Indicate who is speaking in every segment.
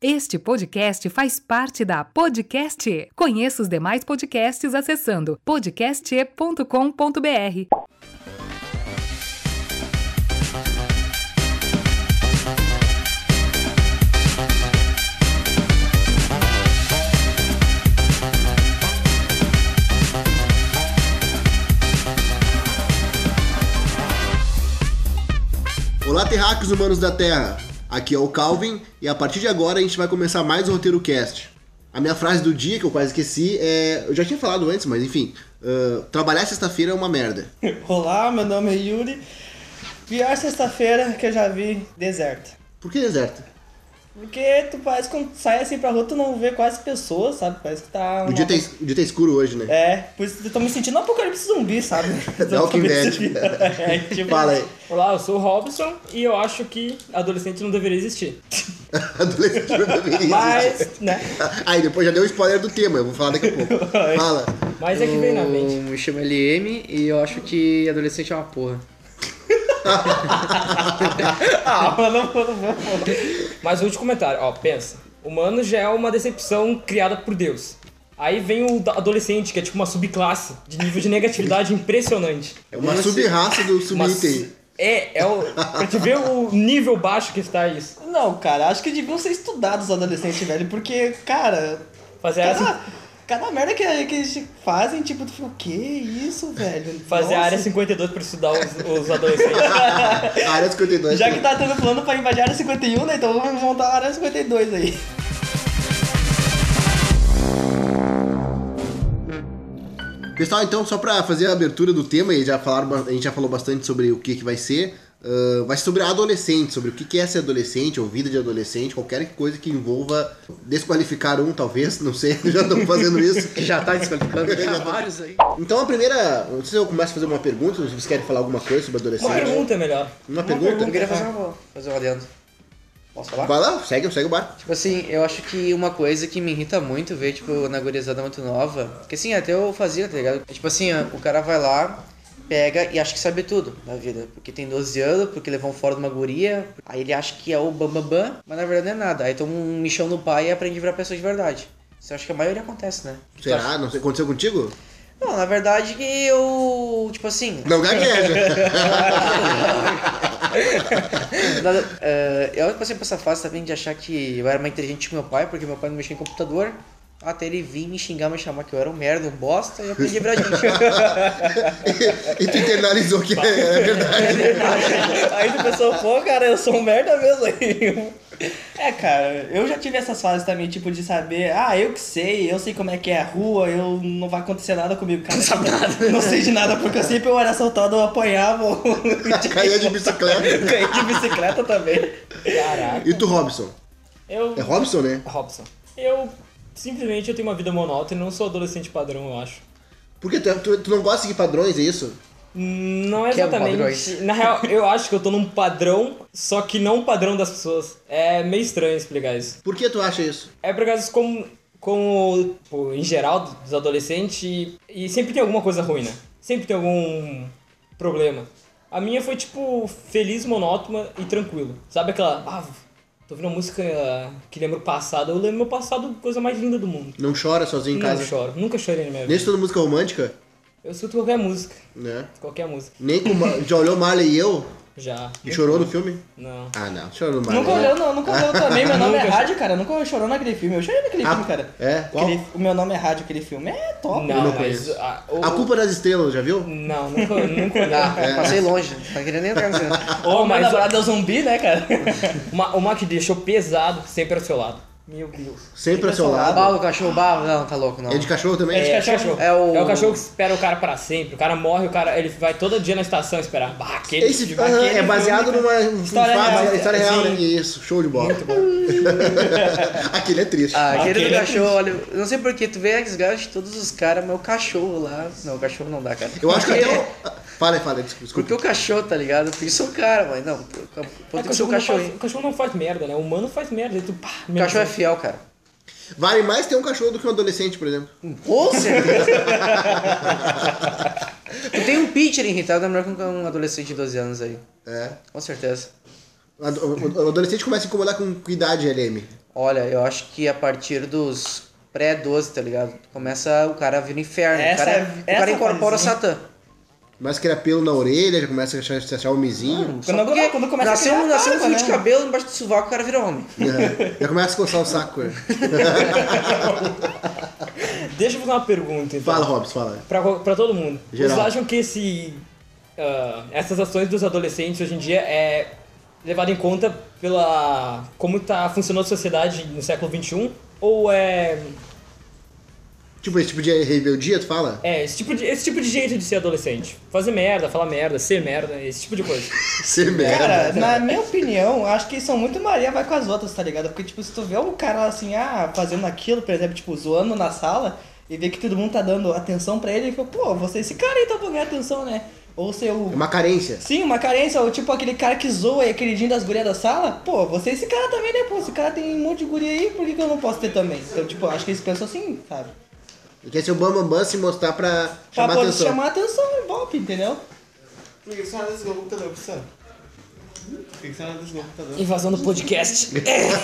Speaker 1: Este podcast faz parte da Podcast. E. Conheça os demais podcasts acessando podcast.com.br.
Speaker 2: Olá, terráqueos humanos da Terra. Aqui é o Calvin e a partir de agora a gente vai começar mais o roteiro cast. A minha frase do dia que eu quase esqueci é, eu já tinha falado antes, mas enfim, ah, trabalhar sexta-feira é uma merda.
Speaker 3: Olá, meu nome é Yuri. Pior sexta-feira que eu já vi deserto.
Speaker 2: Por que deserto?
Speaker 3: Porque tu parece que quando sai assim pra rua, tu não vê quase pessoas, sabe? Parece que tá.
Speaker 2: O
Speaker 3: uma-
Speaker 2: dia, tá, es- o dia tá escuro hoje, né?
Speaker 3: É, por isso eu tô me sentindo um apocalipse zumbi, sabe?
Speaker 2: The Walking Dead.
Speaker 3: É, tipo,
Speaker 2: Fala aí.
Speaker 4: Olá, eu sou o Robson e eu acho que adolescente não deveria existir.
Speaker 2: Adolescente não deveria existir.
Speaker 3: Mas, né?
Speaker 2: Aí depois já deu o spoiler do tema, eu vou falar daqui a pouco. Fala.
Speaker 4: Mas é que vem na mente.
Speaker 5: Eu me chamo LM e eu acho que adolescente é uma porra.
Speaker 3: Ah, mas não, não, não,
Speaker 4: Mas o último comentário, ó, pensa. Humano já é uma decepção criada por Deus. Aí vem o da- adolescente, que é tipo uma subclasse de nível de negatividade impressionante.
Speaker 2: É uma sub-raça do
Speaker 4: Mas
Speaker 2: sub-item.
Speaker 4: é, é o. Pra te ver o nível baixo que está isso.
Speaker 3: não. Não, cara, acho que deviam ser estudados os adolescentes, velho, porque, cara,
Speaker 4: Fazer
Speaker 3: cada,
Speaker 4: a área,
Speaker 3: cada merda que, que eles fazem, tipo, tu fica, o que isso, velho?
Speaker 4: fazer a
Speaker 3: Nossa,
Speaker 4: área 52 pra estudar os, os adolescentes.
Speaker 2: A área 52.
Speaker 3: Já que tá tendo plano pra invadir a área 51, né? Então vamos montar a área 52 aí.
Speaker 2: Pessoal, então, só pra fazer a abertura do tema, e já falaram, ba- a gente já falou bastante sobre o que, que vai ser. ah, vai ser sobre adolescente, sobre o que, que é ser adolescente, ou vida de adolescente, qualquer coisa que envolva desqualificar um, talvez, não sei, já estamos fazendo isso.
Speaker 5: Já tá desqualificando? Já vários aí.
Speaker 2: Então a primeira. Não sei se eu começo a fazer uma pergunta, se vocês querem falar alguma coisa sobre adolescente.
Speaker 4: Uma pergunta é melhor.
Speaker 2: Uma pergunta?
Speaker 5: Eu queria fazer uma, fazer uma adendo.
Speaker 3: Posso falar?
Speaker 2: Vai lá, segue, segue o barco.
Speaker 5: Tipo assim, eu acho que uma coisa que me irrita muito ver, tipo, na gurizada muito nova, que assim, até eu fazia, tá ligado? Tipo assim, ó, o cara vai lá, pega e acha que sabe tudo na vida. Porque tem 12 anos, porque levou um fora de uma guria, aí ele acha que é o bam, bam, bam, mas na verdade não é nada. Aí toma um michão no pai e aprende a virar pessoa de verdade. Isso eu acho que a maioria acontece, né?
Speaker 2: Será? Não sei, aconteceu contigo?
Speaker 5: Não, na verdade que eu, tipo assim,
Speaker 2: Não gagueja.
Speaker 5: Nada- eh, eu passei por essa fase também de achar que eu era mais inteligente que meu pai, porque meu pai não mexia em computador. Até ele vir me xingar, me chamar que eu era um merda, um bosta, e eu aprendi a virar gente.
Speaker 2: e tu internalizou que é verdade.
Speaker 3: Aí tu pensou, pô, cara, eu sou um merda mesmo aí. É, cara, eu já tive essas fases também, tipo, de saber, ah, eu que sei, eu sei como é que é a rua, eu não vai acontecer nada comigo, cara. Não sabe nada. Não sei de nada, porque eu sempre eu era assaltado, eu apanhava, ou
Speaker 2: Caía de bicicleta.
Speaker 3: caí de bicicleta também.
Speaker 4: Caraca.
Speaker 2: E tu, Robson?
Speaker 4: Eu.
Speaker 2: É Robson, né?
Speaker 4: Robson. Eu. Simplesmente eu tenho uma vida monótona e não sou adolescente padrão, eu acho.
Speaker 2: Porque tu, tu, tu não gosta de seguir padrões, é isso?
Speaker 4: Não
Speaker 5: Que é
Speaker 4: exatamente.
Speaker 5: padrões.
Speaker 4: Na real, eu acho que eu tô num padrão, só que não um padrão das pessoas. É meio estranho explicar isso.
Speaker 2: Por que tu acha isso?
Speaker 4: É por causa disso como, como pô, em geral, dos adolescentes, e, e sempre tem alguma coisa ruim, né? Sempre tem algum problema. A minha foi, tipo, feliz, monótona e tranquilo. Sabe aquela... Ah, tô ouvindo uma música que lembra o passado. Eu lembro meu passado, coisa mais linda do mundo.
Speaker 2: Não chora sozinho em
Speaker 4: Nunca
Speaker 2: casa.
Speaker 4: choro, nunca chorei na minha
Speaker 2: Nem
Speaker 4: vida.
Speaker 2: estudando música romântica,
Speaker 4: Eu escuto qualquer música,
Speaker 2: né?
Speaker 4: qualquer música.
Speaker 2: Nem com Ma- já olhou Marley e eu
Speaker 4: Já,
Speaker 2: e chorou no filme?
Speaker 4: não.
Speaker 2: Ah, não. Chorou no Marley.
Speaker 3: Nunca olhou,
Speaker 2: né?
Speaker 3: não, nunca olhou também, meu nome é
Speaker 4: Nunca.
Speaker 3: rádio, cara, nunca chorou naquele filme, eu chorei naquele
Speaker 2: Ah,
Speaker 3: filme, cara.
Speaker 2: é? Qual?
Speaker 3: Aquele- o meu nome é rádio, aquele filme é top.
Speaker 4: Não, mas...
Speaker 2: conheço.
Speaker 4: ah, o-
Speaker 2: A culpa é das estrelas, já viu?
Speaker 4: Não, nunca, nunca olhei.
Speaker 5: Ah, passei longe, não queria nem entrar né? no cinema.
Speaker 3: Ô,
Speaker 4: Ô,
Speaker 3: mas
Speaker 4: mas
Speaker 3: namorado é zumbi, né, cara?
Speaker 4: uma, uma que deixou pesado sempre ao seu lado. Meu Deus.
Speaker 2: Sempre ao seu lado.
Speaker 5: Barro, cachorro, barro, não, tá louco, não.
Speaker 2: É de cachorro também?
Speaker 3: É de cachorro.
Speaker 5: É o-
Speaker 4: É o cachorro que espera o cara pra sempre. O cara morre, o cara ele vai todo dia na estação esperar. Bah, aquele
Speaker 2: Esse
Speaker 4: filme-
Speaker 2: aham,
Speaker 3: aquele
Speaker 2: é baseado
Speaker 3: filme,
Speaker 2: numa um
Speaker 3: História
Speaker 2: fato,
Speaker 3: real,
Speaker 2: é história real,
Speaker 4: sim.
Speaker 2: né? Isso, show de bola. Aquele é triste.
Speaker 5: Ah, aquele do
Speaker 4: Aquele é
Speaker 5: cachorro, olha, eu não sei porque tu vê a desgaste de todos os caras, mas o cachorro lá. Não, o cachorro não dá, cara.
Speaker 2: Eu acho que
Speaker 5: Porque-
Speaker 2: até o... Ah, Fala aí, fala aí, desculpa.
Speaker 5: é. Porque
Speaker 2: desculpa.
Speaker 5: o cachorro, tá ligado? Porque isso é um cara, mas não, pô,
Speaker 4: É,
Speaker 5: pode ter que ser o
Speaker 4: não
Speaker 5: cachorro.
Speaker 4: faz- o cachorro não faz merda, né? O humano faz merda. E tu, pá,
Speaker 5: O cachorro é fiel, cara.
Speaker 2: Vale mais ter um cachorro do que um adolescente, por exemplo.
Speaker 5: Com certeza. tu tem um pitcher irritado, é melhor que um adolescente de 12 anos aí.
Speaker 2: É.
Speaker 5: Com certeza.
Speaker 2: O ado- o- o adolescente começa a incomodar com que idade, LM?
Speaker 5: Olha, eu acho que a partir dos pré-12, tá ligado? Começa o cara a vir no inferno.
Speaker 3: Essa- é-
Speaker 5: o cara, o
Speaker 3: essa
Speaker 5: cara incorpora o
Speaker 3: fasezinha.
Speaker 5: Satã.
Speaker 2: Mas que era pelo na orelha, já começa a achar- se achar homizinho.
Speaker 5: Só
Speaker 3: Quando-
Speaker 5: porque
Speaker 3: quando começa a
Speaker 5: nasceu,
Speaker 3: criar
Speaker 5: nasceu um
Speaker 3: barba,
Speaker 5: fio de
Speaker 3: né?
Speaker 5: cabelo embaixo do sovaco, o cara vira homem.
Speaker 2: É, Já começa a coçar o saco. é.
Speaker 4: Deixa eu fazer uma pergunta, então.
Speaker 2: Fala, Robson, fala.
Speaker 4: Pra, pra todo mundo.
Speaker 2: Geral.
Speaker 4: Vocês acham que esse, ah, essas ações dos adolescentes hoje em dia é levado em conta pela como tá funcionando a sociedade no século XXI? Ou é,
Speaker 2: Tipo, esse tipo de rebeldia, tu fala?
Speaker 4: é esse, tipo de, esse tipo de jeito de ser adolescente? Fazer merda, falar merda, ser merda, esse tipo de coisa.
Speaker 2: Ser é merda.
Speaker 3: É. Cara, na minha opinião, acho que são muito Maria vai com as outras, tá ligado? Porque, tipo, se tu vê um cara assim, ah, fazendo aquilo, por exemplo, tipo, zoando na sala, e vê que todo mundo tá dando atenção pra ele, e fala, pô, você esse cara aí tá pra ganhar atenção, né? Ou ser o.
Speaker 2: É uma carência.
Speaker 3: Sim, uma carência, ou tipo aquele cara que zoa e é queridinho das gurias da sala, pô, você esse cara também, né? Pô, esse cara tem um monte de guria aí, por que, que eu não posso ter também? Então, tipo, acho que eles pensam assim, sabe?
Speaker 2: Ele quer ser o Bambambam Bam se mostrar pra
Speaker 3: Pra
Speaker 2: chamar
Speaker 3: poder
Speaker 2: atenção.
Speaker 3: chamar atenção e golpe, entendeu?
Speaker 6: Por que você não desligou o computador, professor? Por que você não desligou o computador?
Speaker 4: Invasão do podcast.
Speaker 7: Eles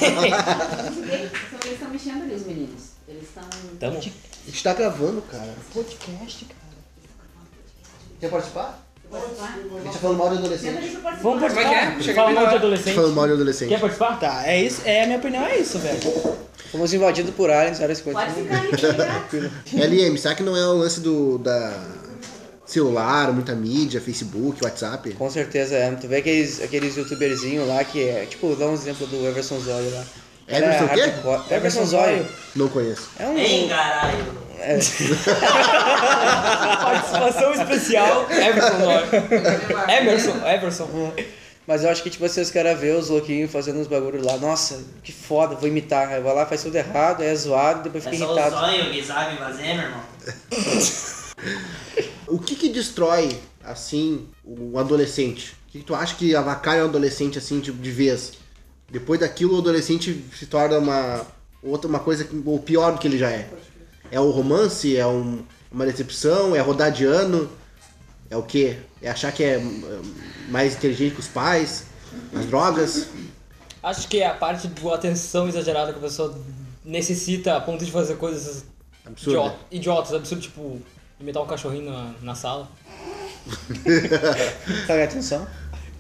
Speaker 7: estão mexendo ali, os meninos. Eles estão.
Speaker 4: Tamo.
Speaker 2: A gente tá gravando, cara.
Speaker 3: Podcast, cara.
Speaker 2: Quer participar?
Speaker 7: Vamos
Speaker 2: A gente tá falando mal de adolescente.
Speaker 4: Vamos
Speaker 7: é
Speaker 4: participar.
Speaker 6: Chega
Speaker 4: Fala mal de
Speaker 2: A gente
Speaker 4: adolescente.
Speaker 2: tá falando mal de
Speaker 4: Quer
Speaker 2: adolescente.
Speaker 4: participar?
Speaker 3: Tá, é isso, é, a minha opinião é isso, velho.
Speaker 5: Fomos invadidos por aliens, várias coisas.
Speaker 7: Pode ficar aí, tá?
Speaker 2: LM, será que não é o lance do. da. celular, muita mídia, Facebook, WhatsApp?
Speaker 5: Com certeza é. Tu vê aqueles, aqueles youtuberzinhos lá que é. Tipo, dá um exemplo do Everson Zóio lá.
Speaker 2: Everson
Speaker 5: Era
Speaker 2: o quê?
Speaker 5: hardcore- Everson Zóio.
Speaker 2: Não conheço.
Speaker 5: É um.
Speaker 4: Participação especial, Everson Nor. Emerson, Everson.
Speaker 5: Mas eu acho que, tipo assim, os caras vê os louquinhos fazendo uns bagulho lá. Nossa, que foda, vou imitar. Aí vai lá, faz tudo errado, aí é zoado, depois
Speaker 8: É
Speaker 5: fica
Speaker 8: só o
Speaker 5: irritado.
Speaker 8: sonho que sabe fazer, meu irmão.
Speaker 2: O que que destrói, assim, o adolescente? O que, que tu acha que avacalha o adolescente, assim, tipo, de vez? Depois daquilo, o adolescente se torna uma outra uma coisa, que, ou pior do que ele já é. É o romance? É um- uma decepção? É rodar de ano? É o quê? É achar que é hum, mais inteligente que os pais? As drogas?
Speaker 4: Acho que é a parte do atenção exagerada que a pessoa necessita a ponto de fazer coisas
Speaker 2: Absurdo.
Speaker 4: idiota- idiotas, absurdo, tipo imitar um cachorrinho na, na sala.
Speaker 5: Paga Tá atenção.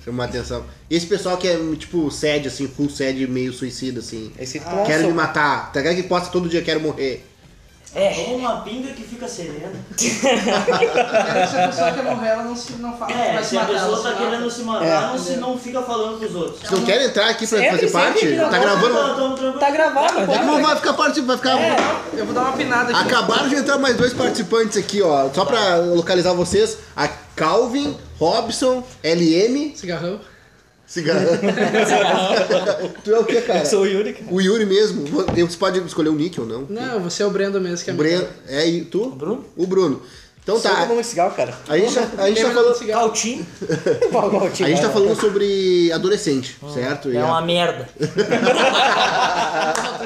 Speaker 2: Chamar atenção. Esse pessoal que é, tipo, sede, assim, full sede, meio suicida, assim.
Speaker 5: Esse ah,
Speaker 2: Quero me matar. Tá ligado que posta todo dia, quero morrer.
Speaker 8: Toma uma pinga que fica serena.
Speaker 6: Se a pessoa quer morrer, ela não, se, não fala que
Speaker 8: É,
Speaker 6: vai
Speaker 8: se
Speaker 6: se
Speaker 8: a
Speaker 6: matar. ela
Speaker 8: pessoa
Speaker 6: se
Speaker 8: tá
Speaker 6: mata.
Speaker 8: querendo se matar, não, se não fica falando com os outros.
Speaker 6: Tá Então,
Speaker 2: Vocês não querem entrar aqui pra
Speaker 3: Sempre,
Speaker 2: fazer
Speaker 3: sempre
Speaker 2: parte?
Speaker 3: que
Speaker 2: tá
Speaker 3: não,
Speaker 2: gravando? é
Speaker 8: Tamo tranquilo.
Speaker 3: Tá gravado, pô.
Speaker 2: Não vai ficar parte, vai ficar.
Speaker 6: É, Eu vou dar uma pinada aqui.
Speaker 2: Acabaram de entrar mais dois participantes aqui, ó. Só pra localizar vocês, a Calvin, Robson, LM.
Speaker 6: Cigarrão.
Speaker 2: Cigarro. tu é o que, cara?
Speaker 3: Eu sou o Yuri, cara.
Speaker 2: O Yuri mesmo. Você pode escolher o Nick ou não.
Speaker 6: Não, você é o Brendo mesmo que é
Speaker 2: O Breno. É, e tu? O
Speaker 4: Bruno?
Speaker 2: O Bruno. Então
Speaker 5: Tá.
Speaker 2: tá.
Speaker 5: Todo mundo cigarro, cara.
Speaker 2: A gente, tá- a gente tá falando.
Speaker 6: cigarro.
Speaker 2: A gente tá falando sobre adolescente, certo? E
Speaker 8: É
Speaker 2: a-
Speaker 8: uma merda.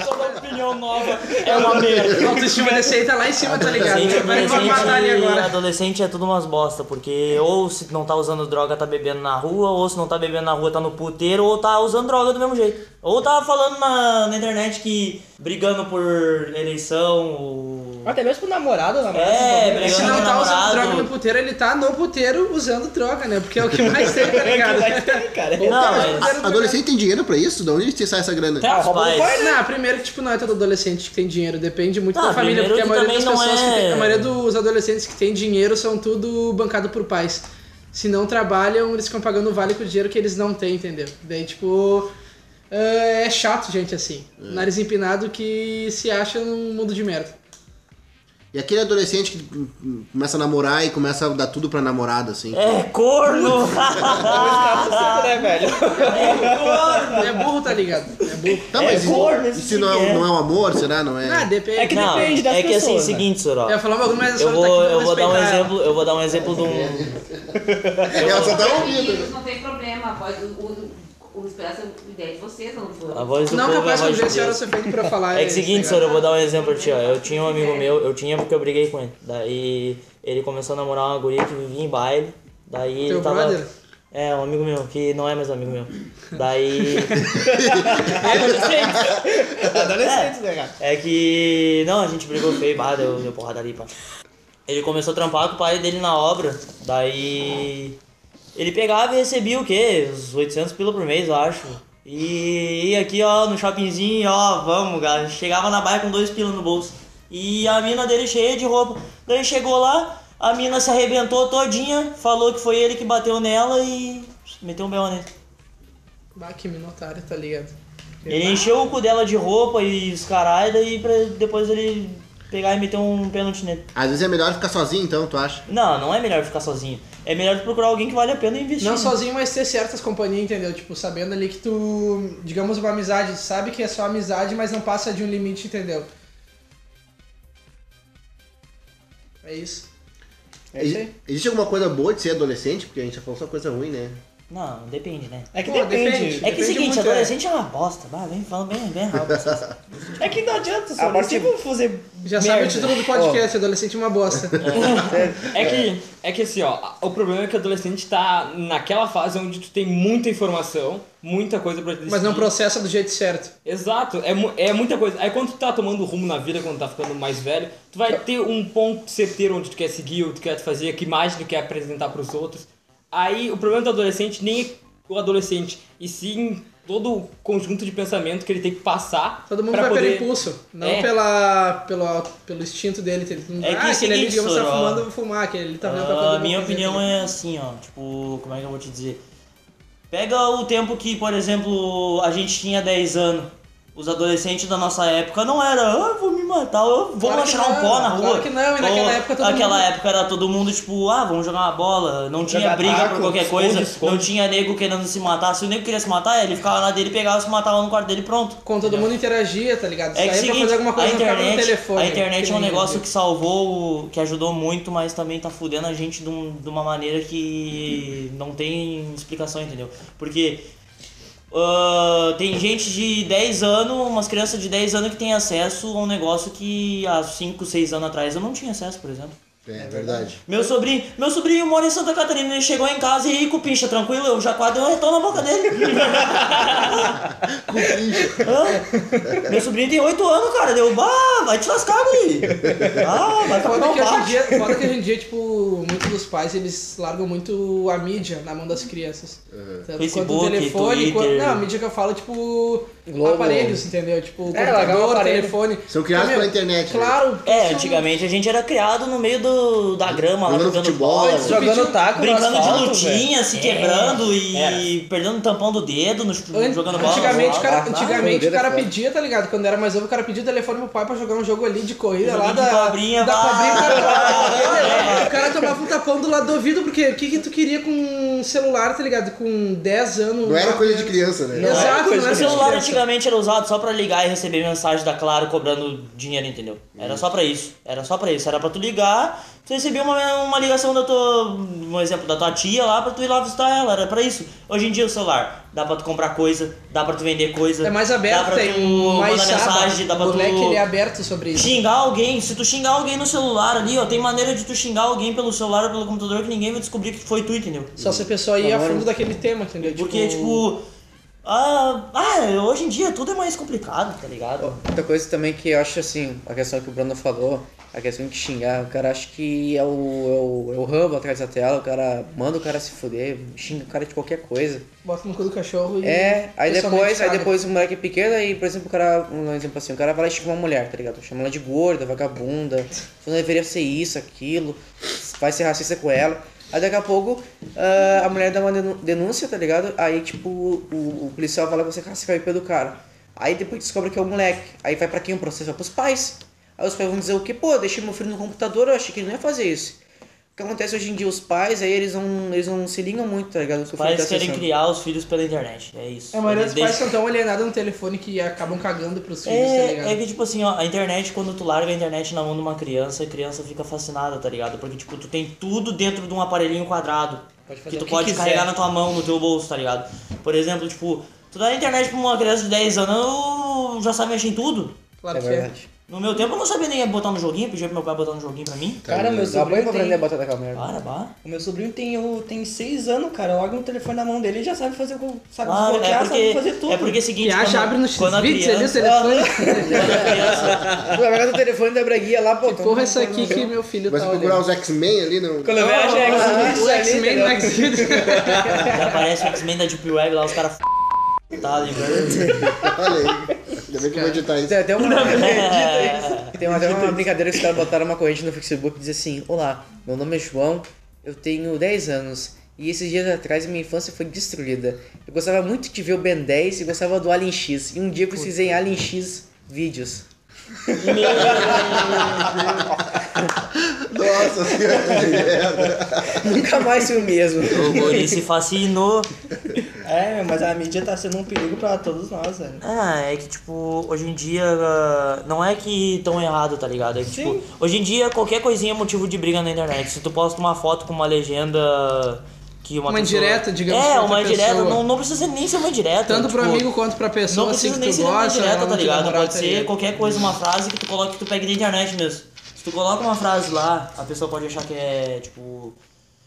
Speaker 4: Toda opinião nova é uma merda.
Speaker 6: A autoestima desse aí tá lá em cima, tá ligado?
Speaker 5: Assim,
Speaker 6: Vai vai matar ali agora.
Speaker 8: adolescente é tudo umas bosta, porque ou se não tá usando droga tá bebendo na rua, ou se não tá bebendo na rua tá no puteiro, ou tá usando droga do mesmo jeito. Ou tá falando na, na internet que brigando por eleição, ou...
Speaker 3: Até mesmo pro namorado, namorado.
Speaker 8: É,
Speaker 3: não,
Speaker 8: brigando
Speaker 6: Se
Speaker 8: com
Speaker 6: não tá usando
Speaker 8: namorado.
Speaker 6: droga no puteiro, ele tá no puteiro usando droga, né? Porque é o que mais tem, tá
Speaker 8: É
Speaker 6: ligado?
Speaker 3: vai ter, cara. é
Speaker 8: Não, mas...
Speaker 2: a- Adolescente tem dinheiro pra isso? De onde sai essa grana?
Speaker 6: é
Speaker 8: Até os pais.
Speaker 6: Não, primeiro que, tipo, não é todo adolescente que tem dinheiro, depende muito
Speaker 8: Ah,
Speaker 6: da família,
Speaker 8: primeiro
Speaker 6: porque a
Speaker 8: que
Speaker 6: maioria das
Speaker 8: também não
Speaker 6: pessoas que
Speaker 8: é-
Speaker 6: tem, a maioria dos adolescentes que tem dinheiro são tudo bancado por pais. Se não trabalham, eles ficam pagando o vale com o dinheiro que eles não têm, entendeu? Daí, tipo, é é chato, gente, assim.
Speaker 8: É.
Speaker 6: Nariz empinado que se acha num mundo de merda.
Speaker 2: E aquele adolescente que hum, hum, começa a namorar e começa a dar tudo pra namorada, assim.
Speaker 8: É, corno! tá-
Speaker 3: né, velho?
Speaker 6: É burro, tá ligado? É burro.
Speaker 2: Tá, mas
Speaker 3: é
Speaker 2: isso-
Speaker 3: corno,
Speaker 2: isso,
Speaker 3: esse
Speaker 2: não, é,
Speaker 8: que é.
Speaker 2: não é um amor, será? Não é?
Speaker 6: Ah, depende.
Speaker 3: É que
Speaker 8: não,
Speaker 3: depende das
Speaker 8: é que assim,
Speaker 3: pessoas, né?
Speaker 8: seguinte, Soró.
Speaker 6: Eu ia falar um bagulho, mas a
Speaker 8: Eu
Speaker 6: senhora
Speaker 8: vou,
Speaker 6: tá aqui,
Speaker 8: eu vou dar um
Speaker 6: respeitar ela.
Speaker 8: exemplo, eu vou dar um exemplo de um,
Speaker 2: Ela só tá ouvindo.
Speaker 7: Meninos, não tem problema. Pode, o, o, o, esperar essa ideia de vocês, não foi?
Speaker 8: A voz do
Speaker 6: Não
Speaker 8: povo é a
Speaker 6: capaz de
Speaker 8: voz de
Speaker 6: dizer a senhora tá
Speaker 8: Deus.
Speaker 6: sofrendo pra falar.
Speaker 8: É que seguinte,
Speaker 6: isso,
Speaker 8: senhor, eu vou dar um exemplo pra ti, ó. Eu tinha um amigo meu, eu tinha porque eu briguei com ele. Daí ele começou a namorar uma guria que vivia em baile. Daí
Speaker 6: Teu
Speaker 8: ele tava.
Speaker 6: brother?
Speaker 8: É, um amigo meu, que não é mais amigo meu. Daí. Adolescente!
Speaker 3: Adolescente, né, cara?
Speaker 8: É que. Não, a gente brigou feio, bah, deu, deu porrada ali, pá. Ele começou a trampar com o pai dele na obra, daí. Ele pegava e recebia o quê? Uns 800 pila por mês, eu acho. E, e aqui, ó, no shoppingzinho, ó, vamos, cara. Chegava na baia com dois pila no bolso. E a mina dele cheia de roupa. Daí chegou lá, a mina se arrebentou todinha, falou que foi ele que bateu nela e. meteu um belo nele.
Speaker 6: Bah, que minotário, tá ligado?
Speaker 8: Ele encheu o cu dela de roupa e os caralho, daí pra depois ele pegar e meter um pênalti nele.
Speaker 2: Às vezes é melhor ficar sozinho, então, tu acha?
Speaker 8: Não, não é melhor ficar sozinho. É melhor procurar alguém que vale a pena investir. né?
Speaker 6: Não sozinho, mas ter certas companhias, entendeu? Tipo, sabendo ali que tu, digamos, uma amizade, tu sabe que é só amizade, mas não passa de um limite, entendeu? É isso.
Speaker 3: É isso aí.
Speaker 2: Existe alguma coisa boa de ser adolescente? Porque a gente já falou só coisa ruim, né?
Speaker 8: Não, depende, né?
Speaker 3: É que
Speaker 6: Pô,
Speaker 3: depende.
Speaker 6: depende.
Speaker 8: É que é o seguinte,
Speaker 6: muito,
Speaker 8: adolescente é uma bosta. Bah, vem falando bem, bem errado.
Speaker 3: É que não adianta,
Speaker 4: A
Speaker 3: só
Speaker 4: parte-
Speaker 3: se vou fazer.
Speaker 6: Já
Speaker 3: merda.
Speaker 6: sabe o título do podcast, adolescente é uma bosta.
Speaker 4: É que, é que assim, ó, o problema é que o adolescente tá naquela fase onde tu tem muita informação, muita coisa pra decidir.
Speaker 6: mas não processa do jeito certo.
Speaker 4: Exato, é, mu- é muita coisa. Aí quando tu tá tomando rumo na vida, quando tá ficando mais velho, tu vai ter um ponto certeiro onde tu quer seguir, o que tu quer fazer, que imagem tu quer apresentar pros outros. Aí o problema do adolescente nem é o adolescente, e sim todo o conjunto de pensamento que ele tem que passar
Speaker 6: Todo mundo
Speaker 4: pra
Speaker 6: vai
Speaker 4: poder...
Speaker 6: pelo impulso, não
Speaker 4: É.
Speaker 6: pela, pelo, pelo instinto dele. Todo mundo,
Speaker 8: É que
Speaker 6: ah, aquele ali,
Speaker 8: seguinte,
Speaker 6: digamos, tá
Speaker 8: Soró.
Speaker 6: fumando, vou fumar, aquele ali tá vendo pra
Speaker 8: Ah,
Speaker 6: fazer
Speaker 8: a minha
Speaker 6: alguma coisa
Speaker 8: opinião
Speaker 6: ali.
Speaker 8: é assim, ó. Tipo, como é que eu vou te dizer? Pega o tempo que, por exemplo, a gente tinha 10 anos. Os adolescentes da nossa época não era, ah, vou me matar, ah, vou
Speaker 6: Claro que
Speaker 8: atirar um
Speaker 6: não,
Speaker 8: pó na rua.
Speaker 6: claro que não, e naquela época todo
Speaker 8: Naquela
Speaker 6: mundo-
Speaker 8: época era todo mundo tipo, ah, vamos jogar uma bola, não tinha
Speaker 4: Jogar
Speaker 8: briga
Speaker 4: taco,
Speaker 8: por qualquer
Speaker 4: esconde,
Speaker 8: coisa,
Speaker 4: esconde.
Speaker 8: não tinha nego querendo se matar. Se o nego queria se matar, ele ficava na dele, pegava, se matava no quarto dele e pronto.
Speaker 6: Com todo mundo interagia, tá ligado?
Speaker 8: É
Speaker 6: Saía
Speaker 8: que seguinte,
Speaker 6: pra fazer alguma coisa
Speaker 8: a
Speaker 6: não ficava
Speaker 8: internet,
Speaker 6: no telefone.
Speaker 8: a internet
Speaker 6: que
Speaker 8: é um
Speaker 6: nem
Speaker 8: negócio
Speaker 6: eu.
Speaker 8: que salvou, que ajudou muito, mas também tá fudendo a gente de, um- de uma maneira que não tem explicação, entendeu? Porque ah, tem gente de 10 anos, umas crianças de 10 anos que tem acesso a um negócio que há 5, 6 anos atrás eu não tinha acesso, por exemplo.
Speaker 2: É, verdade.
Speaker 8: Meu sobrinho, meu sobrinho mora em Santa Catarina, ele chegou em casa e com pincha tranquilo, eu já quase dei um retorno na boca dele. Hã? Meu sobrinho tem 8 anos, cara. Deu, bah, vai te lascar, guri. Ah, vai tomar
Speaker 6: Foda
Speaker 8: um
Speaker 6: que, hoje em
Speaker 8: bate.
Speaker 6: dia, foda que hoje em dia, tipo, muitos dos pais, eles largam muito a mídia na mão das crianças.
Speaker 2: Uhum.
Speaker 6: Tanto
Speaker 8: Facebook, Twitter.
Speaker 6: quanto... Não, a mídia que eu falo, tipo,
Speaker 5: Globo.
Speaker 6: aparelhos, entendeu? Tipo,
Speaker 5: É, largar um
Speaker 6: computador,
Speaker 5: aparelho.
Speaker 6: telefone.
Speaker 2: São criados
Speaker 6: Meu,
Speaker 2: pela internet, né?
Speaker 6: Claro.
Speaker 8: É,
Speaker 6: isso-
Speaker 8: antigamente a gente era criado no meio do, da grama, lá
Speaker 2: Jogando
Speaker 8: jogando
Speaker 2: futebol,
Speaker 8: bola,
Speaker 2: né?
Speaker 5: Jogando taco, no
Speaker 8: brincando
Speaker 6: é
Speaker 8: de
Speaker 5: asfalto,
Speaker 8: lutinha, se quebrando e perdendo o tampão do dedo, no,
Speaker 6: an-
Speaker 8: jogando bola.
Speaker 6: um- Antigamente, o cara,
Speaker 8: Ah,
Speaker 6: antigamente o
Speaker 5: bandeira
Speaker 6: cara
Speaker 5: fora.
Speaker 6: pedia, tá ligado? Quando era mais novo, o cara pedia o telefone pro pai pra jogar um jogo ali de corrida lá
Speaker 8: Joguinho de
Speaker 6: da.
Speaker 8: cobrinha,
Speaker 6: da
Speaker 8: vai.
Speaker 6: cobrinha, o cara, o cara tomava um tapão do lado do ouvido, porque o que, que tu queria com um celular, tá ligado? Com 10 anos.
Speaker 2: Não era
Speaker 6: um-
Speaker 2: coisa de criança, né?
Speaker 6: Exato,
Speaker 8: Era coisa
Speaker 6: não
Speaker 8: É, que
Speaker 6: era
Speaker 8: o celular
Speaker 6: criança.
Speaker 8: antigamente era usado só pra ligar e receber mensagem da Claro cobrando dinheiro, entendeu?
Speaker 6: Uhum.
Speaker 8: Era só pra isso. Era só pra isso. Era pra tu ligar, tu recebia uma, uma ligação da tua. Um exemplo da tua tia lá pra tu ir lá visitar ela. Era pra isso. Hoje em dia o celular, dá pra tu comprar coisa, dá pra tu vender coisa.
Speaker 6: É mais
Speaker 8: dá
Speaker 6: aberto,
Speaker 8: pra
Speaker 6: tem um
Speaker 8: tu
Speaker 6: mais
Speaker 8: mandar
Speaker 6: aba.
Speaker 8: mensagem, dá pra
Speaker 6: O moleque,
Speaker 8: tu.
Speaker 6: ele é aberto sobre isso.
Speaker 8: Xingar alguém, se tu xingar alguém no celular ali, ó, tem maneira de tu xingar alguém pelo celular ou pelo computador que ninguém vai descobrir que foi tu, entendeu?
Speaker 6: Só se a pessoa ir a fundo daquele tema, entendeu?
Speaker 8: Porque, tipo. Ah, ah, hoje em dia tudo é mais complicado, tá ligado?
Speaker 5: Outra coisa também que eu acho assim, a questão que o Bruno falou, a questão de xingar, o cara acha que é o, é o, é o ramo atrás da tela, o cara manda o cara se fuder, xinga o cara de qualquer coisa.
Speaker 6: Bota no cu do cachorro e.
Speaker 5: É, aí
Speaker 6: pessoalmente
Speaker 5: depois, aí
Speaker 6: caga.
Speaker 5: depois o moleque é pequeno, aí, por exemplo, o cara, um exemplo assim, o cara vai lá e chama uma mulher, tá ligado? Chama ela de gorda, vagabunda, tu não deveria ser isso, aquilo, vai ser racista com ela. Aí daqui a pouco ah, a mulher dá uma denu- denúncia, tá ligado? Aí tipo, o, o policial fala com você, cara, você caiu pelo cara. Aí depois descobre que é o moleque. Aí vai pra quem o processo? Vai pros pais. Aí os pais vão dizer o quê? Pô, eu deixei meu filho no computador, eu achei que ele não ia fazer isso. O que acontece hoje em dia, os pais aí eles não, eles não se ligam muito, tá ligado? no que o
Speaker 8: Os
Speaker 5: filho
Speaker 8: pais
Speaker 5: tá
Speaker 8: querem
Speaker 5: acessando.
Speaker 8: criar os filhos pela internet, é isso.
Speaker 6: A maioria
Speaker 8: Eles
Speaker 6: dos pais
Speaker 8: deixam-
Speaker 6: são tão alienados um no telefone que acabam cagando pros filhos, tá ligado?
Speaker 8: é, é que tipo assim, ó, a internet, quando tu larga a internet na mão de uma criança, a criança fica fascinada, tá ligado? Porque tipo, tu tem tudo dentro de um aparelhinho quadrado.
Speaker 5: Pode fazer
Speaker 8: que tu
Speaker 5: o que
Speaker 8: pode
Speaker 5: quiser.
Speaker 8: carregar na tua mão, no teu bolso, tá ligado? Por exemplo, tipo, tu dá a internet pra uma criança de 10 anos, eu já sabe mexer em tudo.
Speaker 6: Claro
Speaker 5: é
Speaker 6: que
Speaker 5: verdade.
Speaker 6: é.
Speaker 8: No meu tempo eu não sabia nem botar no joguinho, pedia pro meu pai botar no joguinho pra mim.
Speaker 3: Cara, meu
Speaker 5: Dá pra
Speaker 3: sobrinho
Speaker 5: aprender a
Speaker 3: tem...
Speaker 5: botar daquela merda.
Speaker 8: Para, bah.
Speaker 3: O meu sobrinho tem, o- tem seis anos, cara. Eu largo um telefone na mão dele e já sabe fazer, o- sabe
Speaker 8: Claro, é
Speaker 3: desbloquear, sabe fazer
Speaker 8: porque,
Speaker 3: tudo.
Speaker 8: é porque é o seguinte,
Speaker 6: E acha, abre no
Speaker 8: quando a
Speaker 6: X-Videos ali o
Speaker 8: criança,
Speaker 6: telefone.
Speaker 8: quando a criança,
Speaker 5: Tu vai pegar o telefone da braguinha lá, pô. um
Speaker 6: Porra, essa aqui que meu filho
Speaker 2: Mas
Speaker 6: tá
Speaker 2: se procurar
Speaker 6: olhando.
Speaker 2: os X-Men ali, não.
Speaker 3: Quando eu
Speaker 5: Ah,
Speaker 3: vejo é X-Men,
Speaker 5: né?
Speaker 3: entendeu?
Speaker 6: O X-Men né? no X-Videos.
Speaker 8: já aparece o X-Men da Deep Web lá, os caras f- tá ligado?
Speaker 2: Olha aí. Ainda bem que eu vou editar isso.
Speaker 5: Tem até uma,
Speaker 8: É.
Speaker 5: tem até uma brincadeira que os caras botaram uma corrente no Facebook e diz assim: Olá, meu nome é João, eu tenho 10 anos. E esses dias atrás minha infância foi destruída. Eu gostava muito de ver o Ben 10 e gostava do Alien X. E um dia eu pesquisei em Alien X vídeos.
Speaker 2: Nossa senhora, que merda.
Speaker 5: Nunca mais fui o mesmo.
Speaker 8: O guri se fascinou.
Speaker 3: É, meu, mas a mídia tá sendo um perigo pra todos nós, velho.
Speaker 8: Ah, é que, tipo, hoje em dia ah, não é que tão errado, tá ligado? É que, tipo, hoje em dia qualquer coisinha é motivo de briga na internet. Se tu posta uma foto com uma legenda que uma
Speaker 6: Uma
Speaker 8: pessoa...
Speaker 6: indireta, digamos,
Speaker 8: É,
Speaker 6: pra outra
Speaker 8: uma indireta,
Speaker 6: pessoa.
Speaker 8: não, não precisa ser- nem ser uma indireta.
Speaker 6: Tanto pro
Speaker 8: tipo,
Speaker 6: amigo quanto pra
Speaker 8: Não
Speaker 6: pessoa, assim,
Speaker 8: precisa
Speaker 6: que
Speaker 8: nem
Speaker 6: tu
Speaker 8: ser uma
Speaker 6: gosta.
Speaker 8: indireta,
Speaker 6: ela
Speaker 8: tá
Speaker 6: não te dá
Speaker 8: ligado?
Speaker 6: moral,
Speaker 8: Pode
Speaker 6: tá
Speaker 8: ser
Speaker 6: ligado?
Speaker 8: qualquer coisa, uma frase que tu coloca que tu pega da internet mesmo. Se tu coloca uma frase lá, a pessoa pode achar que é, tipo,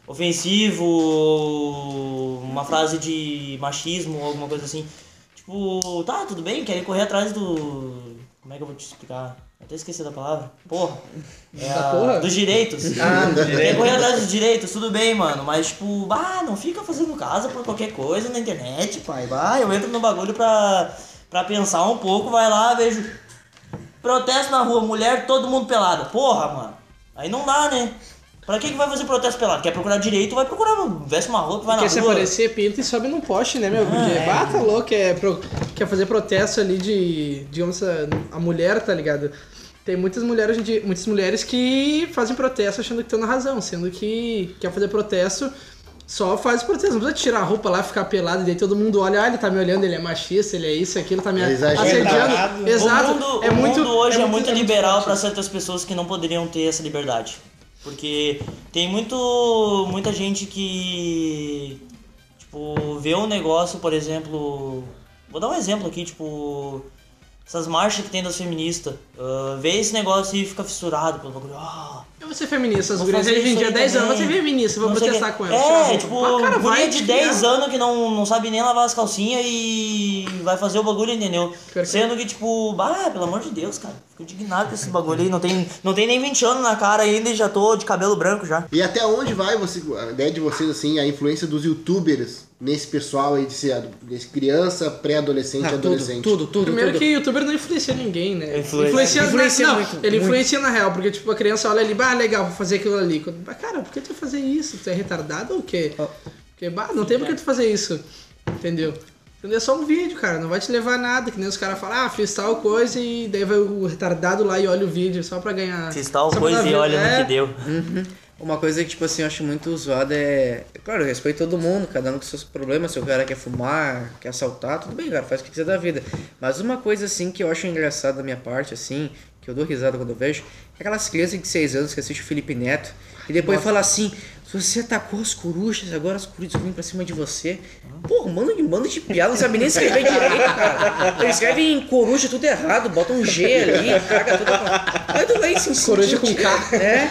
Speaker 8: ofensivo, ou uma frase de machismo ou alguma coisa assim. Tipo, tá, tudo bem, querem correr atrás do. Como é que eu vou te explicar? Eu Até esqueci da palavra. Porra. É a-
Speaker 6: porra?
Speaker 8: Dos direitos. Quer correr atrás Ah, dos direitos, tudo bem, mano. Mas, tipo, ah, não fica fazendo casa por qualquer coisa na internet, pai. Vai, eu entro no bagulho pra, pra pensar um pouco, vai lá, vejo. Protesto na rua, mulher, todo mundo pelado. Porra, mano. Aí não dá, né? Pra que, que vai fazer protesto pelado? Quer procurar direito, vai procurar, mano. veste uma roupa, vai na
Speaker 6: Quer se
Speaker 8: rua.
Speaker 6: aparecer, pinta e sobe num poste, né, meu? Porque, bah, tá louco, é pro- quer fazer protesto ali de, digamos, a, a mulher, tá ligado? Tem muitas mulheres, hoje em dia- muitas mulheres que fazem protesto achando que estão na razão, sendo que quer fazer protesto, só faz protesto. Não precisa tirar a roupa lá, ficar pelado, e daí todo mundo olha, ah, ele tá me olhando, ele é machista, ele é isso, aquilo, tá me
Speaker 2: É exagero.
Speaker 6: assediando.
Speaker 3: Retardado.
Speaker 6: Exato.
Speaker 8: O mundo,
Speaker 6: é
Speaker 8: o
Speaker 6: muito,
Speaker 8: mundo hoje é muito, liberal pra
Speaker 6: forte.
Speaker 8: certas pessoas que não poderiam ter essa liberdade. Porque tem muito muita gente que tipo vê um negócio, por exemplo, vou dar um exemplo aqui, tipo essas marchas que tem das feministas, ah, vê esse negócio e fica fissurado pelo bagulho. Ah,
Speaker 6: Eu vou ser feminista, as
Speaker 8: Vou
Speaker 6: gurias
Speaker 8: fazer
Speaker 6: hoje em
Speaker 8: isso
Speaker 6: dia,
Speaker 8: aí
Speaker 6: 10 anos, vou
Speaker 8: também.
Speaker 6: ser feminista, vou
Speaker 8: não sei o
Speaker 6: protestar
Speaker 8: quê.
Speaker 6: com ela. tirar a
Speaker 8: É,
Speaker 6: roupa.
Speaker 8: tipo,
Speaker 6: Ah, cara,
Speaker 8: guria
Speaker 6: vai
Speaker 8: de
Speaker 6: te
Speaker 8: 10
Speaker 6: criar.
Speaker 8: anos que não, não sabe nem lavar as calcinhas e vai fazer o bagulho, entendeu?
Speaker 6: Pior que-
Speaker 8: Sendo que, tipo, ah, pelo amor de Deus, cara. Fico indignado com esse bagulho aí. Não tem, não tem nem 20 anos na cara ainda e já tô de cabelo branco já.
Speaker 2: E até onde vai você, a ideia de vocês, assim, a influência dos youtubers nesse pessoal aí de ser ad- de criança, pré-adolescente,
Speaker 5: Ah,
Speaker 2: adolescente?
Speaker 5: tudo, tudo.
Speaker 6: Primeiro
Speaker 5: tudo.
Speaker 6: que youtuber não influencia ninguém, né?
Speaker 8: Influencia.
Speaker 6: na-
Speaker 5: Influencia
Speaker 6: não,
Speaker 5: muito,
Speaker 6: ele
Speaker 5: muito.
Speaker 6: influencia na real, porque tipo, a criança olha ali, bah, legal, vou fazer aquilo ali. Quando, bah, cara, por que tu vai fazer isso? Tu é retardado ou o quê?
Speaker 5: Oh.
Speaker 6: Porque, bah, não tem por que tu fazer isso. Entendeu? Entendeu? É só um vídeo, cara, não vai te levar a nada, que nem os caras falam, ah, fiz tal coisa e daí vai o retardado lá e olha o vídeo só pra ganhar.
Speaker 8: Fiz tal
Speaker 6: só pra dar
Speaker 8: coisa e
Speaker 6: view.
Speaker 8: olha
Speaker 6: É,
Speaker 8: no que deu.
Speaker 5: Uma coisa que, tipo assim, eu acho muito zoada é. é Claro, eu respeito todo mundo, cada um com seus problemas. Se o cara quer fumar, quer assaltar, tudo bem, cara, faz o que quiser da vida. Mas uma coisa, assim, que eu acho engraçada da minha parte, assim, que eu dou risada quando eu vejo, é aquelas crianças de 6 anos que assistem o Felipe Neto e depois fala assim: se você atacou as corujas, agora as corujas vêm pra cima de você. Porra, mano, que bando de piada, não sabe nem escrever direito, cara. Eles escrevem coruja tudo errado, bota um G ali, caga tudo. Mas tudo bem, sim, sim.
Speaker 6: Coruja com K.
Speaker 5: É,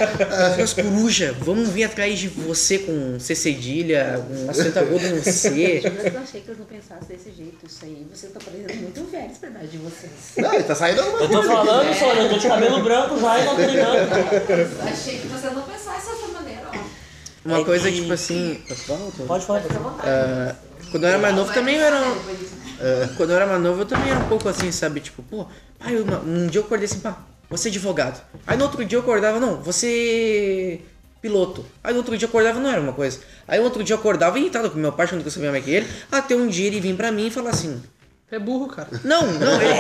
Speaker 5: as corujas, vamos vir atrás de você com C cedilha, um acento agudo no C.
Speaker 7: Mas eu achei que eu não pensasse desse jeito. Isso aí, vocês estão parecendo muito velhos pra idade de vocês.
Speaker 2: Não, ele tá saindo alguma
Speaker 8: Eu tô
Speaker 2: coisa aqui.
Speaker 8: falando, só, eu tô de cabelo branco já e não tô ligando.
Speaker 7: Achei que você não pensasse dessa maneira, ó.
Speaker 5: Uma
Speaker 8: É
Speaker 5: coisa
Speaker 8: que-
Speaker 5: tipo assim. posso falar, doutor?
Speaker 8: Pode falar.
Speaker 7: Fica à vontade.
Speaker 5: Quando eu era mais novo também eu era. um-
Speaker 7: Depois disso.
Speaker 5: Quando eu era mais novo, eu também era um pouco assim, sabe? Tipo, pô, pai, eu- um dia eu acordei assim, pá, você advogado. Aí no outro dia eu acordava, não, você piloto. Aí no outro dia eu acordava, não era uma coisa. Aí no outro dia eu acordava irritado com meu pai, achando que eu sabia mais que ele. Até um dia ele vim pra mim e falar assim:
Speaker 6: É burro, cara.
Speaker 5: Não, não, ele,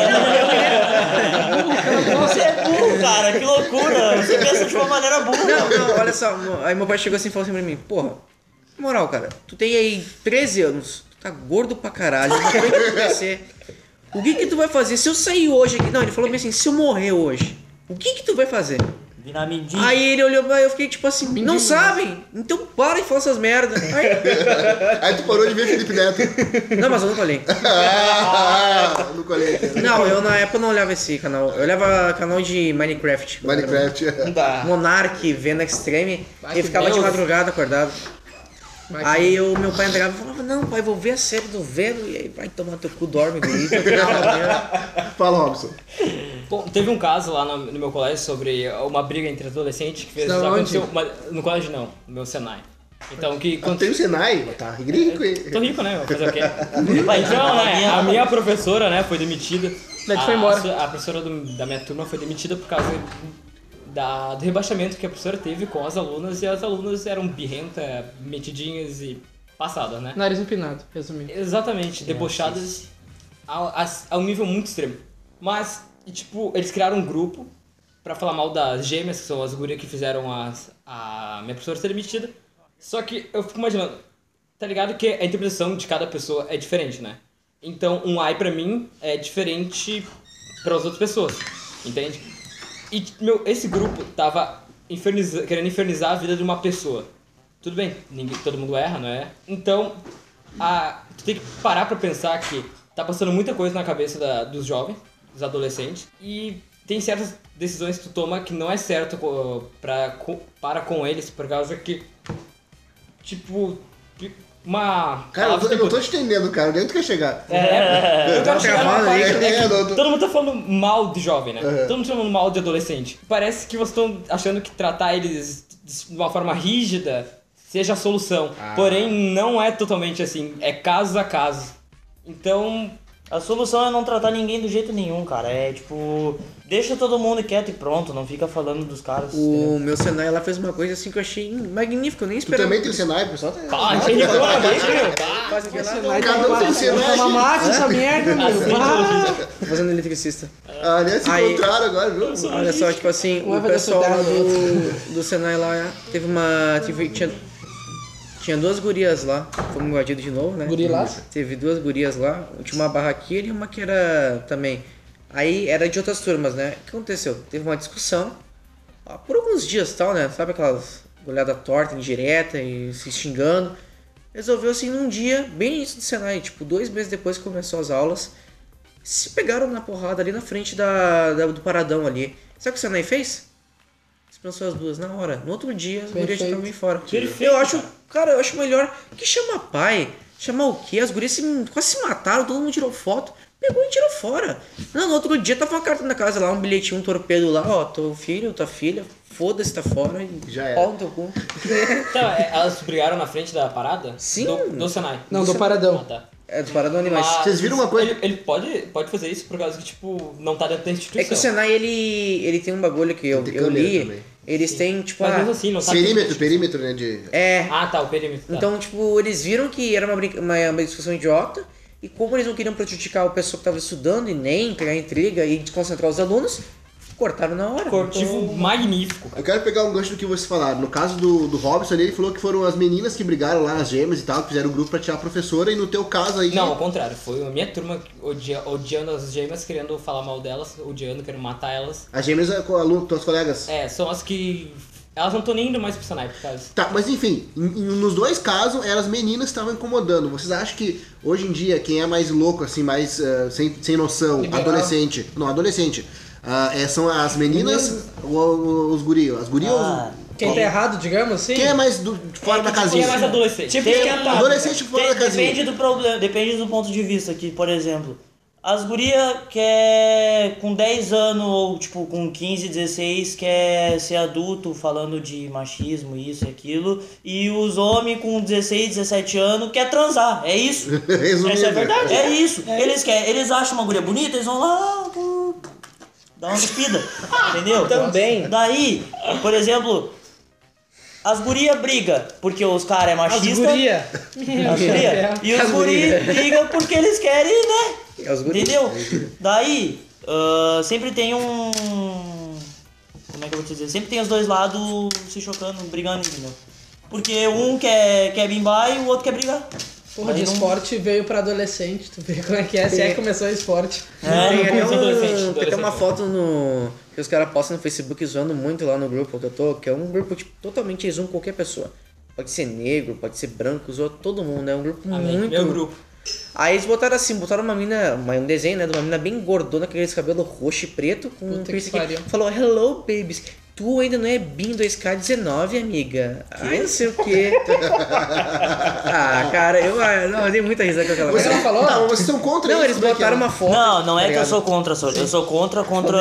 Speaker 8: Você é burro, cara, que loucura. Você pensa de uma maneira burra.
Speaker 5: Não, não, olha só. mo- Aí meu pai chegou assim e falou assim pra mim: Porra, na moral, cara, tu tem aí 13 anos, tu tá gordo pra caralho, na frente do PC. O que que tu vai fazer se eu sair hoje aqui? Não, ele falou bem assim: se eu morrer hoje, o que que tu vai fazer?
Speaker 8: Dinamidinho.
Speaker 5: Aí ele olhou pra eu fiquei tipo assim, não sabem? Então para de falar essas merdas.
Speaker 2: Aí tu parou de ver Felipe Neto.
Speaker 5: não, mas eu não falei.
Speaker 2: Ah, não colhei. cara.
Speaker 5: Não, eu na época não olhava esse canal. Eu olhava canal de Minecraft.
Speaker 2: Minecraft.
Speaker 3: Não dá.
Speaker 5: Monark, Venda Extreme.
Speaker 6: Vai
Speaker 5: Ele
Speaker 6: que
Speaker 5: ficava de
Speaker 6: Deus.
Speaker 5: madrugada acordado.
Speaker 6: Vai que-
Speaker 5: Aí o meu pai entrava e falava, não, pai, vou ver a série do Vendo. E aí, vai tomar teu cu, dorme, guri.
Speaker 2: Fala, Robson.
Speaker 4: Bom, teve um caso lá no, no meu colégio sobre eh, uma briga entre adolescentes que fez.
Speaker 6: Isso na
Speaker 4: aconteceu-
Speaker 6: onde?
Speaker 4: mas- no colégio não, no meu Senai. Então, que
Speaker 2: Não
Speaker 4: quando
Speaker 2: tem o Senai, tá rico,
Speaker 4: Tô
Speaker 2: hein?
Speaker 4: rico, né? Vou fazer o quê? Então, né? A minha professora, né, foi demitida.
Speaker 6: Daí tu foi
Speaker 4: A-
Speaker 6: embora.
Speaker 4: A, su- a professora do- da minha turma foi demitida por causa da, do rebaixamento que a professora teve com as alunas e as alunas eram birrentas, metidinhas e passadas, né?
Speaker 6: Nariz empinado, resumindo.
Speaker 4: Exatamente, debochadas ao- a, a um nível muito extremo. Mas, e, tipo, eles criaram um grupo pra falar mal das gêmeas, que são as gurias que fizeram as, a minha professora ser demitida. Só que eu fico imaginando, tá ligado que a interpretação de cada pessoa é diferente, né? Então, um ai pra mim é diferente para as outras pessoas, entende? E, meu, esse grupo tava inferniza- querendo infernizar a vida de uma pessoa. Tudo bem, ninguém, todo mundo erra, não é? Então, a, tu tem que parar pra pensar que tá passando muita coisa na cabeça da- dos jovens, dos adolescentes, e tem certas decisões que tu toma que não é certo co- pra, co- para com eles, por causa que, tipo, pi- uma...
Speaker 2: Cara, eu,
Speaker 4: palavra
Speaker 2: tô- eu não tô
Speaker 4: que-
Speaker 2: te entendendo, cara. Onde é que tu quer chegar?
Speaker 4: É, eu quero chegar numa
Speaker 5: travado aí,
Speaker 4: parte-
Speaker 2: É, não, não-
Speaker 4: Todo mundo tá falando mal de jovem, né? Todo mundo tá falando mal de adolescente. Parece que vocês estão achando que tratar eles de uma forma rígida seja a solução. Porém, não é totalmente assim. É caso a caso. Então,
Speaker 8: A solução é não tratar ninguém do jeito nenhum, cara. É tipo, deixa todo mundo quieto e pronto, não fica falando dos caras. É.
Speaker 5: o meu Senai lá fez uma coisa assim que eu achei magnífico, eu nem
Speaker 2: Tu
Speaker 5: esperava.
Speaker 2: também tem o Senai, pessoal.
Speaker 5: Ah,
Speaker 2: Tá...
Speaker 4: pá, a gente reclama, a gente
Speaker 5: né?
Speaker 4: reclama.
Speaker 5: Quase que lá,
Speaker 2: Cada um tem o Senai.
Speaker 6: Toma mate essa merda, meu.
Speaker 5: fazendo eletricista.
Speaker 2: Aliás, Ah, né, se
Speaker 5: Aí.
Speaker 2: encontraram agora, viu?
Speaker 5: Olha só, tipo assim,
Speaker 6: Um
Speaker 5: o
Speaker 6: vai dar
Speaker 5: pessoal lá
Speaker 6: soldado,
Speaker 5: do, do Senai lá teve uma. Teve, tinha, tinha duas gurias lá, fomos invadidos de novo, né?
Speaker 6: Gorilas?
Speaker 5: Teve duas gurias lá, tinha uma barraqueira e uma que era também. Aí era de outras turmas, né? O que aconteceu? Teve uma discussão, ah, por alguns dias tal, né? Sabe aquelas olhada torta, indireta e se xingando. Resolveu assim num dia, bem isso do Senai, tipo, dois meses depois que começou as aulas, se pegaram na porrada ali na frente da, da- do paradão ali. Sabe o que o Senai fez? Dispensou as duas na hora. No outro dia, as gurias
Speaker 6: Perfeito.
Speaker 5: estavam aí fora.
Speaker 4: Perfeito,
Speaker 5: Eu acho, cara, eu acho melhor que chamar pai. Chamar o quê? As gurias se- quase se mataram, todo mundo tirou foto. Pegou e tirou fora. Não, no outro dia tava uma carta na casa lá, um bilhetinho, um torpedo lá, ó, teu filho, tua filha, foda-se, tá fora e
Speaker 2: Já era.
Speaker 5: pau no teu cu.
Speaker 4: Então, é, elas brigaram na frente da parada?
Speaker 5: Sim.
Speaker 4: Do, do Senai.
Speaker 6: Não, do
Speaker 4: Ah,
Speaker 6: paradão.
Speaker 4: tá.
Speaker 5: É do Paradão Animais.
Speaker 4: Mas
Speaker 2: Vocês viram uma coisa?
Speaker 4: Ele, ele pode, pode fazer isso por causa que, tipo, não tá dentro da instituição.
Speaker 5: É que o Senai, ele, ele tem um bagulho que eu,
Speaker 2: Tem
Speaker 5: eu
Speaker 2: câmera
Speaker 5: li.
Speaker 2: também.
Speaker 5: Eles têm, tipo,
Speaker 4: Mas
Speaker 5: ah,
Speaker 4: mesmo assim, não tá...
Speaker 2: Perímetro, perímetro, né? De...
Speaker 5: é,
Speaker 4: Ah, tá, o perímetro. tá.
Speaker 5: Então, tipo, eles viram que era uma, brinca- uma, uma discussão idiota. E como eles não queriam prejudicar o pessoal que estava estudando e nem criar intriga e desconcentrar os alunos, cortaram na hora. Tipo,
Speaker 4: Cortivo
Speaker 8: Então-
Speaker 4: magnífico.
Speaker 2: Eu quero pegar um gancho do que vocês falaram. No caso do, do Robson ali, ele falou que foram as meninas que brigaram lá, as gêmeas e tal, que fizeram o grupo pra tirar a professora, e no teu caso aí.
Speaker 4: Não, ao contrário, foi a minha turma que odia- odiando as gêmeas, querendo falar mal delas, odiando, querendo matar elas.
Speaker 2: As gêmeas é com aluno, tuas colegas.
Speaker 4: É, são as que. Elas não estão nem indo mais pro Senai por causa.
Speaker 2: Tá, mas enfim, em- em- nos dois casos eram as meninas que estavam incomodando. Vocês acham que hoje em dia quem é mais louco, assim, mais eh, sem, sem noção, adolescente. Não, adolescente. ah, é, são as meninas ou, ou os gurios? As gurias
Speaker 8: Ah,
Speaker 6: Quem tá errado, digamos assim?
Speaker 2: Quem é mais do- fora da
Speaker 4: Quem
Speaker 2: casinha?
Speaker 4: é mais adolescente?
Speaker 8: Tipo,
Speaker 4: Tem-
Speaker 8: esquentado.
Speaker 2: Adolescente fora da casinha.
Speaker 8: Depende do problema, depende do ponto de vista aqui, por exemplo. As guria quer com 10 anos ou tipo com 15, 16 quer ser adulto falando de machismo, isso e aquilo, e os homens com 16, 17 anos quer transar. É isso.
Speaker 2: Resumindo.
Speaker 8: Essa é a verdade. É isso. eles querem, eles acham uma guria bonita, eles vão lá pô, dar uma cuspida. entendeu?
Speaker 5: Também.
Speaker 8: Daí, por exemplo, as guria briga porque os caras é machista.
Speaker 6: Guria.
Speaker 8: As guria. E os guri brigam porque eles querem, né?
Speaker 5: É os guris.
Speaker 8: Entendeu? Daí, ah, sempre tem um. Como é que eu vou te dizer? Sempre tem os dois lados se chocando, brigando, entendeu? Porque um quer, quer bimbar e o outro quer brigar.
Speaker 6: Porra, de
Speaker 8: Daí não-
Speaker 6: esporte veio pra adolescente, tu vê como é que é, se é que começou o esporte.
Speaker 8: É,
Speaker 5: tem
Speaker 8: não
Speaker 5: até,
Speaker 8: começou
Speaker 5: um-
Speaker 8: adolescente,
Speaker 5: tem até uma
Speaker 8: adolescente.
Speaker 5: foto no. que os caras postam no Facebook zoando muito lá no grupo que eu tô, que é um grupo tipo, totalmente eles zoam qualquer pessoa. Pode ser negro, pode ser branco, zoa todo mundo, é um grupo
Speaker 4: Amém.
Speaker 5: muito.
Speaker 4: Meu grupo.
Speaker 5: Aí eles botaram assim, botaram uma mina, uma- um desenho, né, de uma mina bem gordona, com aqueles cabelo roxo e preto, com
Speaker 6: Puta
Speaker 5: um
Speaker 6: que
Speaker 5: piercing
Speaker 6: pariu.
Speaker 5: aqui. Falou, hello babies, tu ainda não é BIM 2K19, amiga? Ai, não sei o quê. ah, cara, eu, ah, não, eu dei muita risada com aquela
Speaker 2: Você
Speaker 5: mulher.
Speaker 2: não falou? Tá, mas vocês são contra
Speaker 5: Não,
Speaker 2: isso,
Speaker 5: eles
Speaker 2: como é que é?
Speaker 5: botaram uma foto.
Speaker 8: Não, não
Speaker 5: tá
Speaker 8: é que eu
Speaker 5: ligado?
Speaker 8: sou contra, Sônia. Eu sou contra, contra.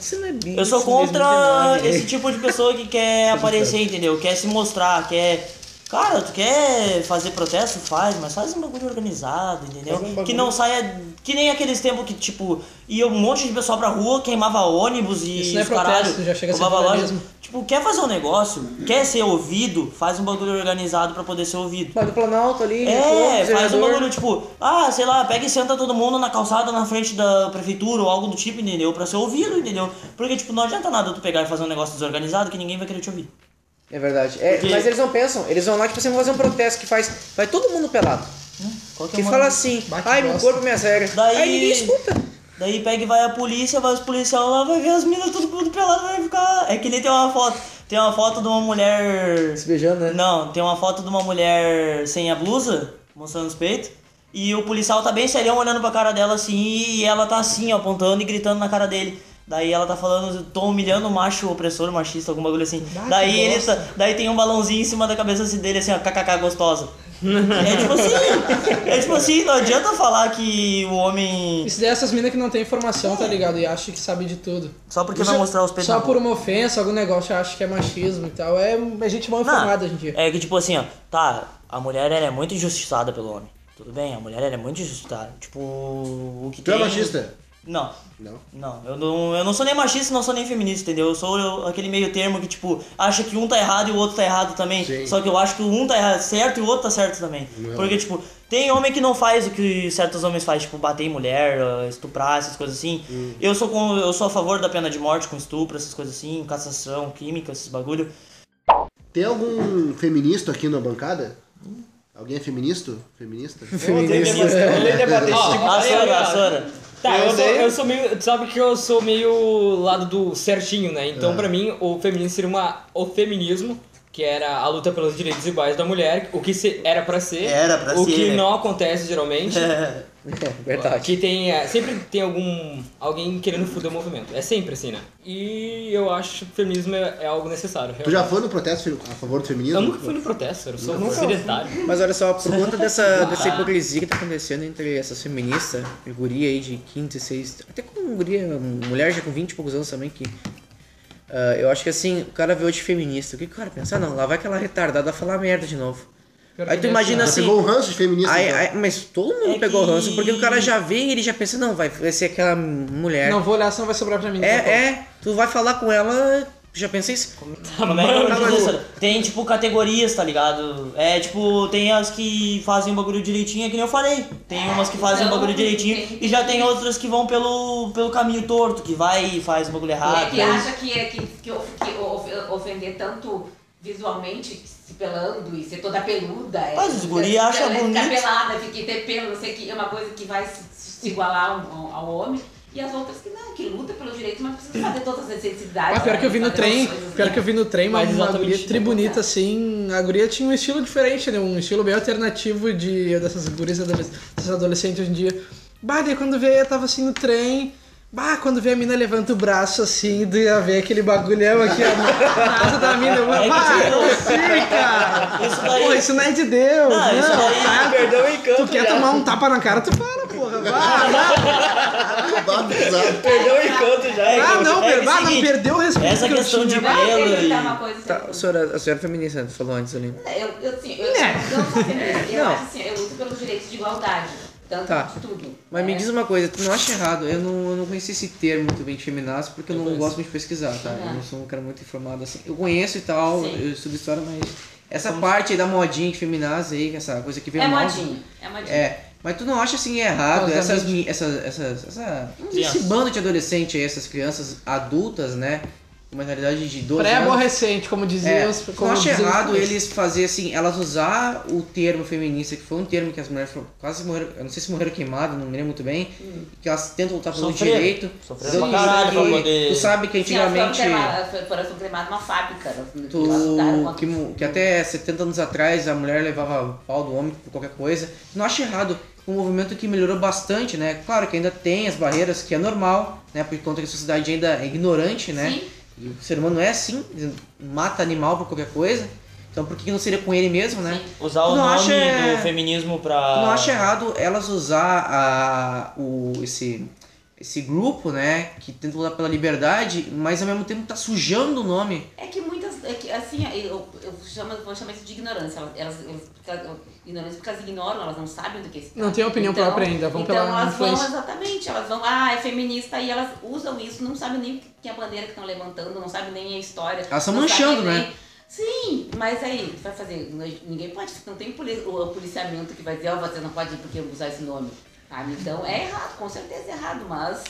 Speaker 5: Você não é bi,
Speaker 8: Eu sou
Speaker 5: isso mesmo,
Speaker 8: contra
Speaker 5: 19.
Speaker 8: esse tipo de pessoa que quer aparecer, entendeu? Quer se mostrar, quer. Cara, tu quer fazer protesto? Faz, mas faz um bagulho organizado, entendeu?
Speaker 4: Faz um bagulho.
Speaker 8: Que não saia. Que nem aqueles tempos que, tipo, ia um monte de pessoal pra rua, queimava ônibus e.
Speaker 6: Isso não é
Speaker 8: os caralho,
Speaker 6: protesto, já chega a ser
Speaker 8: roubava loja.
Speaker 6: vandalismo.
Speaker 8: Tipo, quer fazer um negócio, quer ser ouvido, faz um bagulho organizado pra poder ser ouvido.
Speaker 5: Mas do Planalto ali,
Speaker 8: É,
Speaker 5: pô,
Speaker 8: faz um
Speaker 5: vereador.
Speaker 8: bagulho tipo, ah, sei lá, pega e senta todo mundo na calçada na frente da prefeitura ou algo do tipo, entendeu? Pra ser ouvido, entendeu? Porque, tipo, não adianta nada tu pegar e fazer um negócio desorganizado que ninguém vai querer te ouvir.
Speaker 5: É verdade. É,
Speaker 8: Porque-
Speaker 5: Mas eles não pensam, eles vão lá, tipo assim, vão fazer um protesto que faz. Vai todo mundo pelado.
Speaker 8: Qual que é
Speaker 5: Que
Speaker 8: o
Speaker 5: fala
Speaker 8: nome?
Speaker 5: assim,
Speaker 6: Bate
Speaker 5: ai, meu
Speaker 6: bosta.
Speaker 5: corpo, minhas regras.
Speaker 8: Daí-
Speaker 5: Aí ninguém escuta.
Speaker 8: Daí pega e vai a polícia, vai os policiais lá, vai ver as minas todo mundo pelado, vai ficar. É que nem tem uma foto. Tem uma foto de uma mulher.
Speaker 5: Se beijando, né?
Speaker 8: Não, tem uma foto de uma mulher sem a blusa, mostrando os peitos. E o policial tá bem serião olhando pra cara dela assim, e ela tá assim, ó, apontando e gritando na cara dele. Daí ela tá falando, tô humilhando o macho opressor, machista, algum bagulho assim. daí ele tá, daí tem um balãozinho em cima da cabeça assim, dele, assim, ó, kkk gostosa. é tipo assim, é tipo assim, não adianta falar que o homem.
Speaker 6: Isso daí é essas minas que não tem informação, tá ligado? E acha que sabe de tudo.
Speaker 8: Só porque
Speaker 6: Isso- é
Speaker 8: vai mostrar os peitos.
Speaker 6: Só
Speaker 8: na
Speaker 6: por
Speaker 8: rua.
Speaker 6: uma ofensa, algum negócio, acha que é machismo e tal. É, é gente mal
Speaker 8: Não,
Speaker 6: informada hoje em dia.
Speaker 8: É que tipo assim, ó, tá, a mulher ela é muito injustiçada pelo homem. Tudo bem, a mulher ela é muito injustiçada. Tipo, o que
Speaker 2: Tu é
Speaker 8: tem.
Speaker 2: machista?
Speaker 8: Não.
Speaker 2: Não.
Speaker 8: Não, eu não, eu não sou nem machista, não sou nem feminista, entendeu? Eu sou eu- aquele meio termo que, tipo, acha que um tá errado e o outro tá errado também.
Speaker 2: Sim.
Speaker 8: Só que eu acho que um tá erra- certo e o outro tá certo também. Porque, tipo, tem homem que não faz o que certos homens fazem, tipo, bater em mulher, eh, estuprar, essas coisas assim. Eu, sou com, eu sou a favor da pena de morte com estupro, essas coisas assim, cassação, química, esses bagulho.
Speaker 2: Tem algum feminista aqui na bancada? Alguém é feminista? Feminista?
Speaker 4: Eu odeio debater esse tipo de
Speaker 8: Ó, Ah, a
Speaker 4: coisa,
Speaker 8: Sora, a
Speaker 4: cara.
Speaker 8: Sora.
Speaker 4: Tá, eu,
Speaker 6: Eu
Speaker 4: sou,
Speaker 6: odeio.
Speaker 4: eu sou meio. Tu sabe que eu sou meio lado do certinho, né? Então, pra mim, o feminismo seria uma. O feminismo, que era a luta pelos direitos iguais da mulher, o que se, era pra ser.
Speaker 8: Era pra
Speaker 4: O
Speaker 8: ser,
Speaker 4: que
Speaker 8: né?
Speaker 4: não acontece geralmente.
Speaker 5: É, verdade.
Speaker 4: Que tem. é, sempre tem algum. alguém querendo foder o movimento. É sempre assim, né? E eu acho que o feminismo é, é algo necessário.
Speaker 2: Tu já foi no protesto a favor do
Speaker 4: Eu
Speaker 2: feminismo?
Speaker 4: nunca fui no protesto, eu sou um
Speaker 5: foi.
Speaker 4: sedentário.
Speaker 5: Mas olha só, por conta dessa, dessa hipocrisia que tá acontecendo entre essas feministas, e guria aí de 15, 16, até com guria, mulher já com 20 e poucos anos também, que. ah, eu acho que assim, o cara vê hoje feminista, o que que o cara pensa? Ah, não, lá vai aquela retardada falar merda de novo. Aí tu imagina
Speaker 2: Já
Speaker 5: assim.
Speaker 2: pegou um ranço de feminista?
Speaker 5: Ai,
Speaker 2: então?
Speaker 5: ai, mas todo mundo
Speaker 8: É
Speaker 5: pegou
Speaker 8: que-
Speaker 5: ranço, porque o cara já vê e ele já pensa, não, vai, vai ser aquela mulher.
Speaker 6: Não vou olhar, senão vai sobrar pra mim.
Speaker 5: é,
Speaker 6: Tá bom.
Speaker 5: é, tu vai falar com ela, já pensa isso.
Speaker 8: Como é que eu
Speaker 5: Tá
Speaker 8: digo
Speaker 5: maluco.
Speaker 8: isso? Tem, tipo, categorias, tá ligado? É, tipo, tem as que fazem o bagulho direitinho, é que nem eu falei. Tem umas que fazem o
Speaker 7: Não,
Speaker 8: bagulho direitinho
Speaker 7: tem-
Speaker 8: e já tem outras que vão pelo, pelo caminho torto, que vai e faz o bagulho errado.
Speaker 7: É que acha que, é que, que, of- que of- ofender tanto visualmente, se pelando e ser toda peluda. é-
Speaker 8: Mas os guri acham
Speaker 7: ficar
Speaker 8: bonito.
Speaker 7: pelada, fiquei ter pelo, não sei o que, é uma coisa que vai se, se igualar ao, ao- ao homem. E as outras que não, que luta pelo direito, mas precisa fazer todas as necessidades.
Speaker 6: Ah, pior que eu vi no
Speaker 7: fazer
Speaker 6: trem,
Speaker 7: as coisas,
Speaker 6: pior
Speaker 7: né?
Speaker 6: que eu vi no trem, uma,
Speaker 4: Mas
Speaker 6: uma
Speaker 4: exatamente
Speaker 6: guria
Speaker 4: isso.
Speaker 6: tribunita, assim, a guria tinha um estilo diferente, né? Um estilo bem alternativo de dessas gurias adoles- dessas adolescentes hoje em dia. Bah, daí quando vê, eu tava assim no trem. Bah, quando vê a mina levanta o braço assim, do ia ver aquele bagulhão aqui, ó, na asa da mina. Eu,
Speaker 8: É que
Speaker 6: bah,
Speaker 8: isso-
Speaker 6: não sei, cara.
Speaker 8: Isso daí-
Speaker 6: Pô, isso não é de Deus.
Speaker 8: Não, isso daí-
Speaker 6: Perdão o encanto. Tu quer tomar um tapa na cara, tu para, porra. Bah,
Speaker 2: Bah, pesado.
Speaker 8: Perdeu o encanto já.
Speaker 6: ah, não,
Speaker 8: é
Speaker 6: per-
Speaker 8: que
Speaker 6: bah, não
Speaker 8: seguinte,
Speaker 6: perdeu o respeito
Speaker 8: essa
Speaker 6: que eu
Speaker 8: questão
Speaker 6: tinha.
Speaker 8: de
Speaker 7: Vai
Speaker 8: pelo
Speaker 7: acreditar
Speaker 8: e...
Speaker 7: uma coisa assim.
Speaker 5: Tá, a senhora, a senhora é feminista, tu falou antes ali.
Speaker 7: Eu, eu, assim, eu,
Speaker 6: Né?
Speaker 7: eu não sou feminista, eu
Speaker 5: Não.
Speaker 7: acho assim, eu luto pelos direitos de igualdade, tanto
Speaker 5: Tá.
Speaker 7: de tudo.
Speaker 5: Mas
Speaker 7: né?
Speaker 5: me diz uma coisa, tu não acha errado? Eu não, eu não conheci esse termo muito bem de feminazi, porque eu, não gosto muito de pesquisar, tá? Eu não sou um cara muito informado assim. Eu conheço e tal,
Speaker 7: Sim.
Speaker 5: eu estudo história, mas essa parte aí da modinha de feminazi aí, essa coisa que vem
Speaker 7: É
Speaker 5: mal.
Speaker 7: modinha, é modinha.
Speaker 5: É, mas tu não acha assim errado
Speaker 6: Causamente.
Speaker 5: essas, mi- essas, essas, essa- esse
Speaker 8: Crianças.
Speaker 5: bando de adolescente aí, essas crianças adultas, né? uma realidade de 12 anos.
Speaker 6: Pré-aborrecente, como diziam
Speaker 5: É,
Speaker 6: os.
Speaker 5: eu
Speaker 6: Como
Speaker 5: acho
Speaker 6: diziam os
Speaker 5: errado
Speaker 6: políticos.
Speaker 5: eles fazer assim, elas usar o termo feminista, que foi um termo que as mulheres foram- quase morreram, eu não sei se morreram queimadas, não me lembro muito bem,
Speaker 7: Hum.
Speaker 5: que elas tentam lutar pelo
Speaker 8: Sofreram.
Speaker 5: direito.
Speaker 8: Sofreram
Speaker 5: Então,
Speaker 8: pra caralho
Speaker 5: que-
Speaker 8: pra poder-
Speaker 5: Tu sabe que
Speaker 7: Sim, elas foram
Speaker 5: antigamente
Speaker 7: cremadas- foram cremadas numa fábrica. elas
Speaker 5: tu,
Speaker 7: lutaram contra-
Speaker 5: que, mu- que até 70 anos atrás a mulher levava pau do homem por qualquer coisa. Não acho errado. Um movimento que melhorou bastante, né? Claro que ainda tem as barreiras, que é normal, né? Por conta que a sociedade ainda é ignorante, né?
Speaker 7: Sim.
Speaker 5: E o ser humano é assim, ele mata animal por qualquer coisa. Então por que não seria com ele mesmo, né?
Speaker 8: Usar o
Speaker 5: Não
Speaker 8: nome
Speaker 5: acho é-
Speaker 8: do feminismo pra.
Speaker 5: Eu não é acho errado elas usar a, o, esse, esse grupo, né? Que tenta lutar pela liberdade, mas ao mesmo tempo tá sujando o nome.
Speaker 7: É que muitas, é que, assim, eu, eu chamo, vou chamar isso de ignorância. Elas, elas, elas- porque elas- ignorância porque elas ignoram, elas não sabem do que é esse
Speaker 6: Não têm opinião própria ainda, vão
Speaker 7: então
Speaker 6: pela
Speaker 7: elas
Speaker 6: influência.
Speaker 7: vão, exatamente, elas vão, ah, é feminista, e elas usam isso, não sabem nem o que é a bandeira que estão levantando, não sabem nem a história.
Speaker 5: Elas tão
Speaker 7: não
Speaker 5: manchando,
Speaker 7: sabem
Speaker 5: né?
Speaker 7: nem- Sim, mas aí, vai fazer, ninguém pode, não tem poli- o policiamento que vai dizer, ó, você não pode porque usar esse nome. Sabe? Então é errado, com certeza é errado, mas...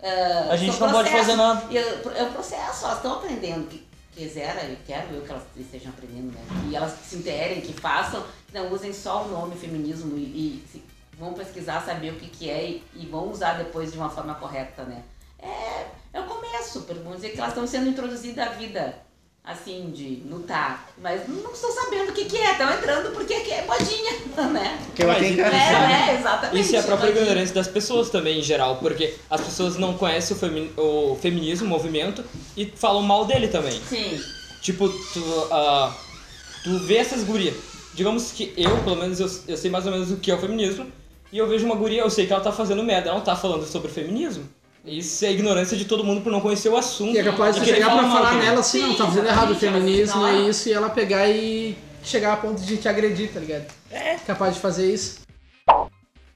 Speaker 7: ah,
Speaker 8: A gente
Speaker 7: são
Speaker 8: não pode
Speaker 7: processos.
Speaker 8: fazer nada.
Speaker 7: E eu- é um processo, elas estão aprendendo que quisera, eu quero eu que elas estejam aprendendo, né? E elas se interem, que façam, não usem só o nome feminismo e, e se- vão pesquisar, saber o que, que é e, e vão usar depois de uma forma correta, né? É, é o começo, por- vamos dizer que elas estão sendo introduzidas à vida, assim, de lutar, mas não estão sabendo o que, que é, estão entrando porque aqui é modinha, né?
Speaker 5: Que eu
Speaker 4: Mas
Speaker 5: até
Speaker 4: isso
Speaker 6: assim,
Speaker 7: É,
Speaker 5: encaro-
Speaker 7: é,
Speaker 6: né?
Speaker 7: exatamente.
Speaker 4: Isso é a própria
Speaker 7: modinha.
Speaker 4: ignorância das pessoas também, em geral, porque as pessoas não conhecem o, femi- o feminismo, o movimento, e falam mal dele também.
Speaker 7: Sim,
Speaker 4: Tipo, tu, ah, tu vê essas gurias. Digamos que eu, pelo menos, eu, eu sei mais ou menos o que é o feminismo, e eu vejo uma guria, eu sei que ela tá fazendo merda, ela não tá falando sobre feminismo. Isso é a ignorância de todo mundo por não conhecer o assunto.
Speaker 6: E é capaz
Speaker 4: e
Speaker 6: de
Speaker 4: querer
Speaker 6: chegar pra
Speaker 4: mal
Speaker 6: falar
Speaker 4: dele.
Speaker 6: nela assim, não, tá fazendo errado o
Speaker 7: Sim,
Speaker 6: feminismo,
Speaker 7: ela se
Speaker 6: é
Speaker 7: ignora.
Speaker 6: isso, e ela pegar e chegar a ponto de te agredir, tá ligado? É. Capaz de fazer isso.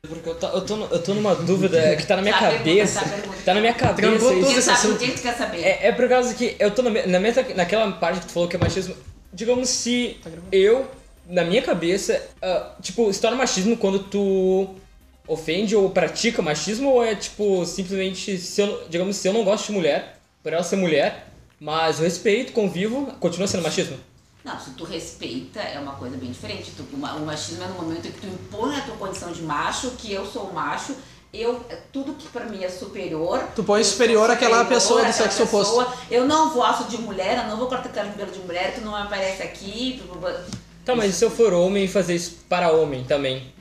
Speaker 4: Porque eu, tá- eu tô, no- eu tô numa dúvida que tá na minha
Speaker 7: Tá a pergunta,
Speaker 4: cabeça.
Speaker 7: tá a pergunta.
Speaker 4: Tá na minha
Speaker 6: Trancou
Speaker 4: cabeça.
Speaker 6: tudo
Speaker 4: isso.
Speaker 7: quem
Speaker 6: esse
Speaker 7: sabe
Speaker 6: assunto.
Speaker 7: o que tu quer saber?
Speaker 4: É, é por causa que eu tô na, me- na meta, naquela parte que tu falou que é machismo. Digamos se eu, na minha cabeça, ah, tipo, se torna machismo quando tu ofende ou pratica machismo ou é tipo, simplesmente, se eu, não- digamos, se eu não gosto de mulher, por ela ser mulher, mas eu respeito, convivo, continua sendo machismo?
Speaker 7: Não, se tu respeita, é uma coisa bem diferente. Tu, uma- o machismo é no momento em que tu impõe a tua condição de macho, que eu sou macho, eu, tudo que pra mim é superior.
Speaker 6: Tu põe
Speaker 7: eu sou
Speaker 6: superior àquela pessoa do
Speaker 7: àquela
Speaker 6: sexo oposto.
Speaker 7: pessoa, Eu não gosto de mulher, eu não vou cortar cabelo de mulher, tu não aparece aqui. blá, blá, blá.
Speaker 4: Tá, mas e se eu for homem e fazer isso para homem também?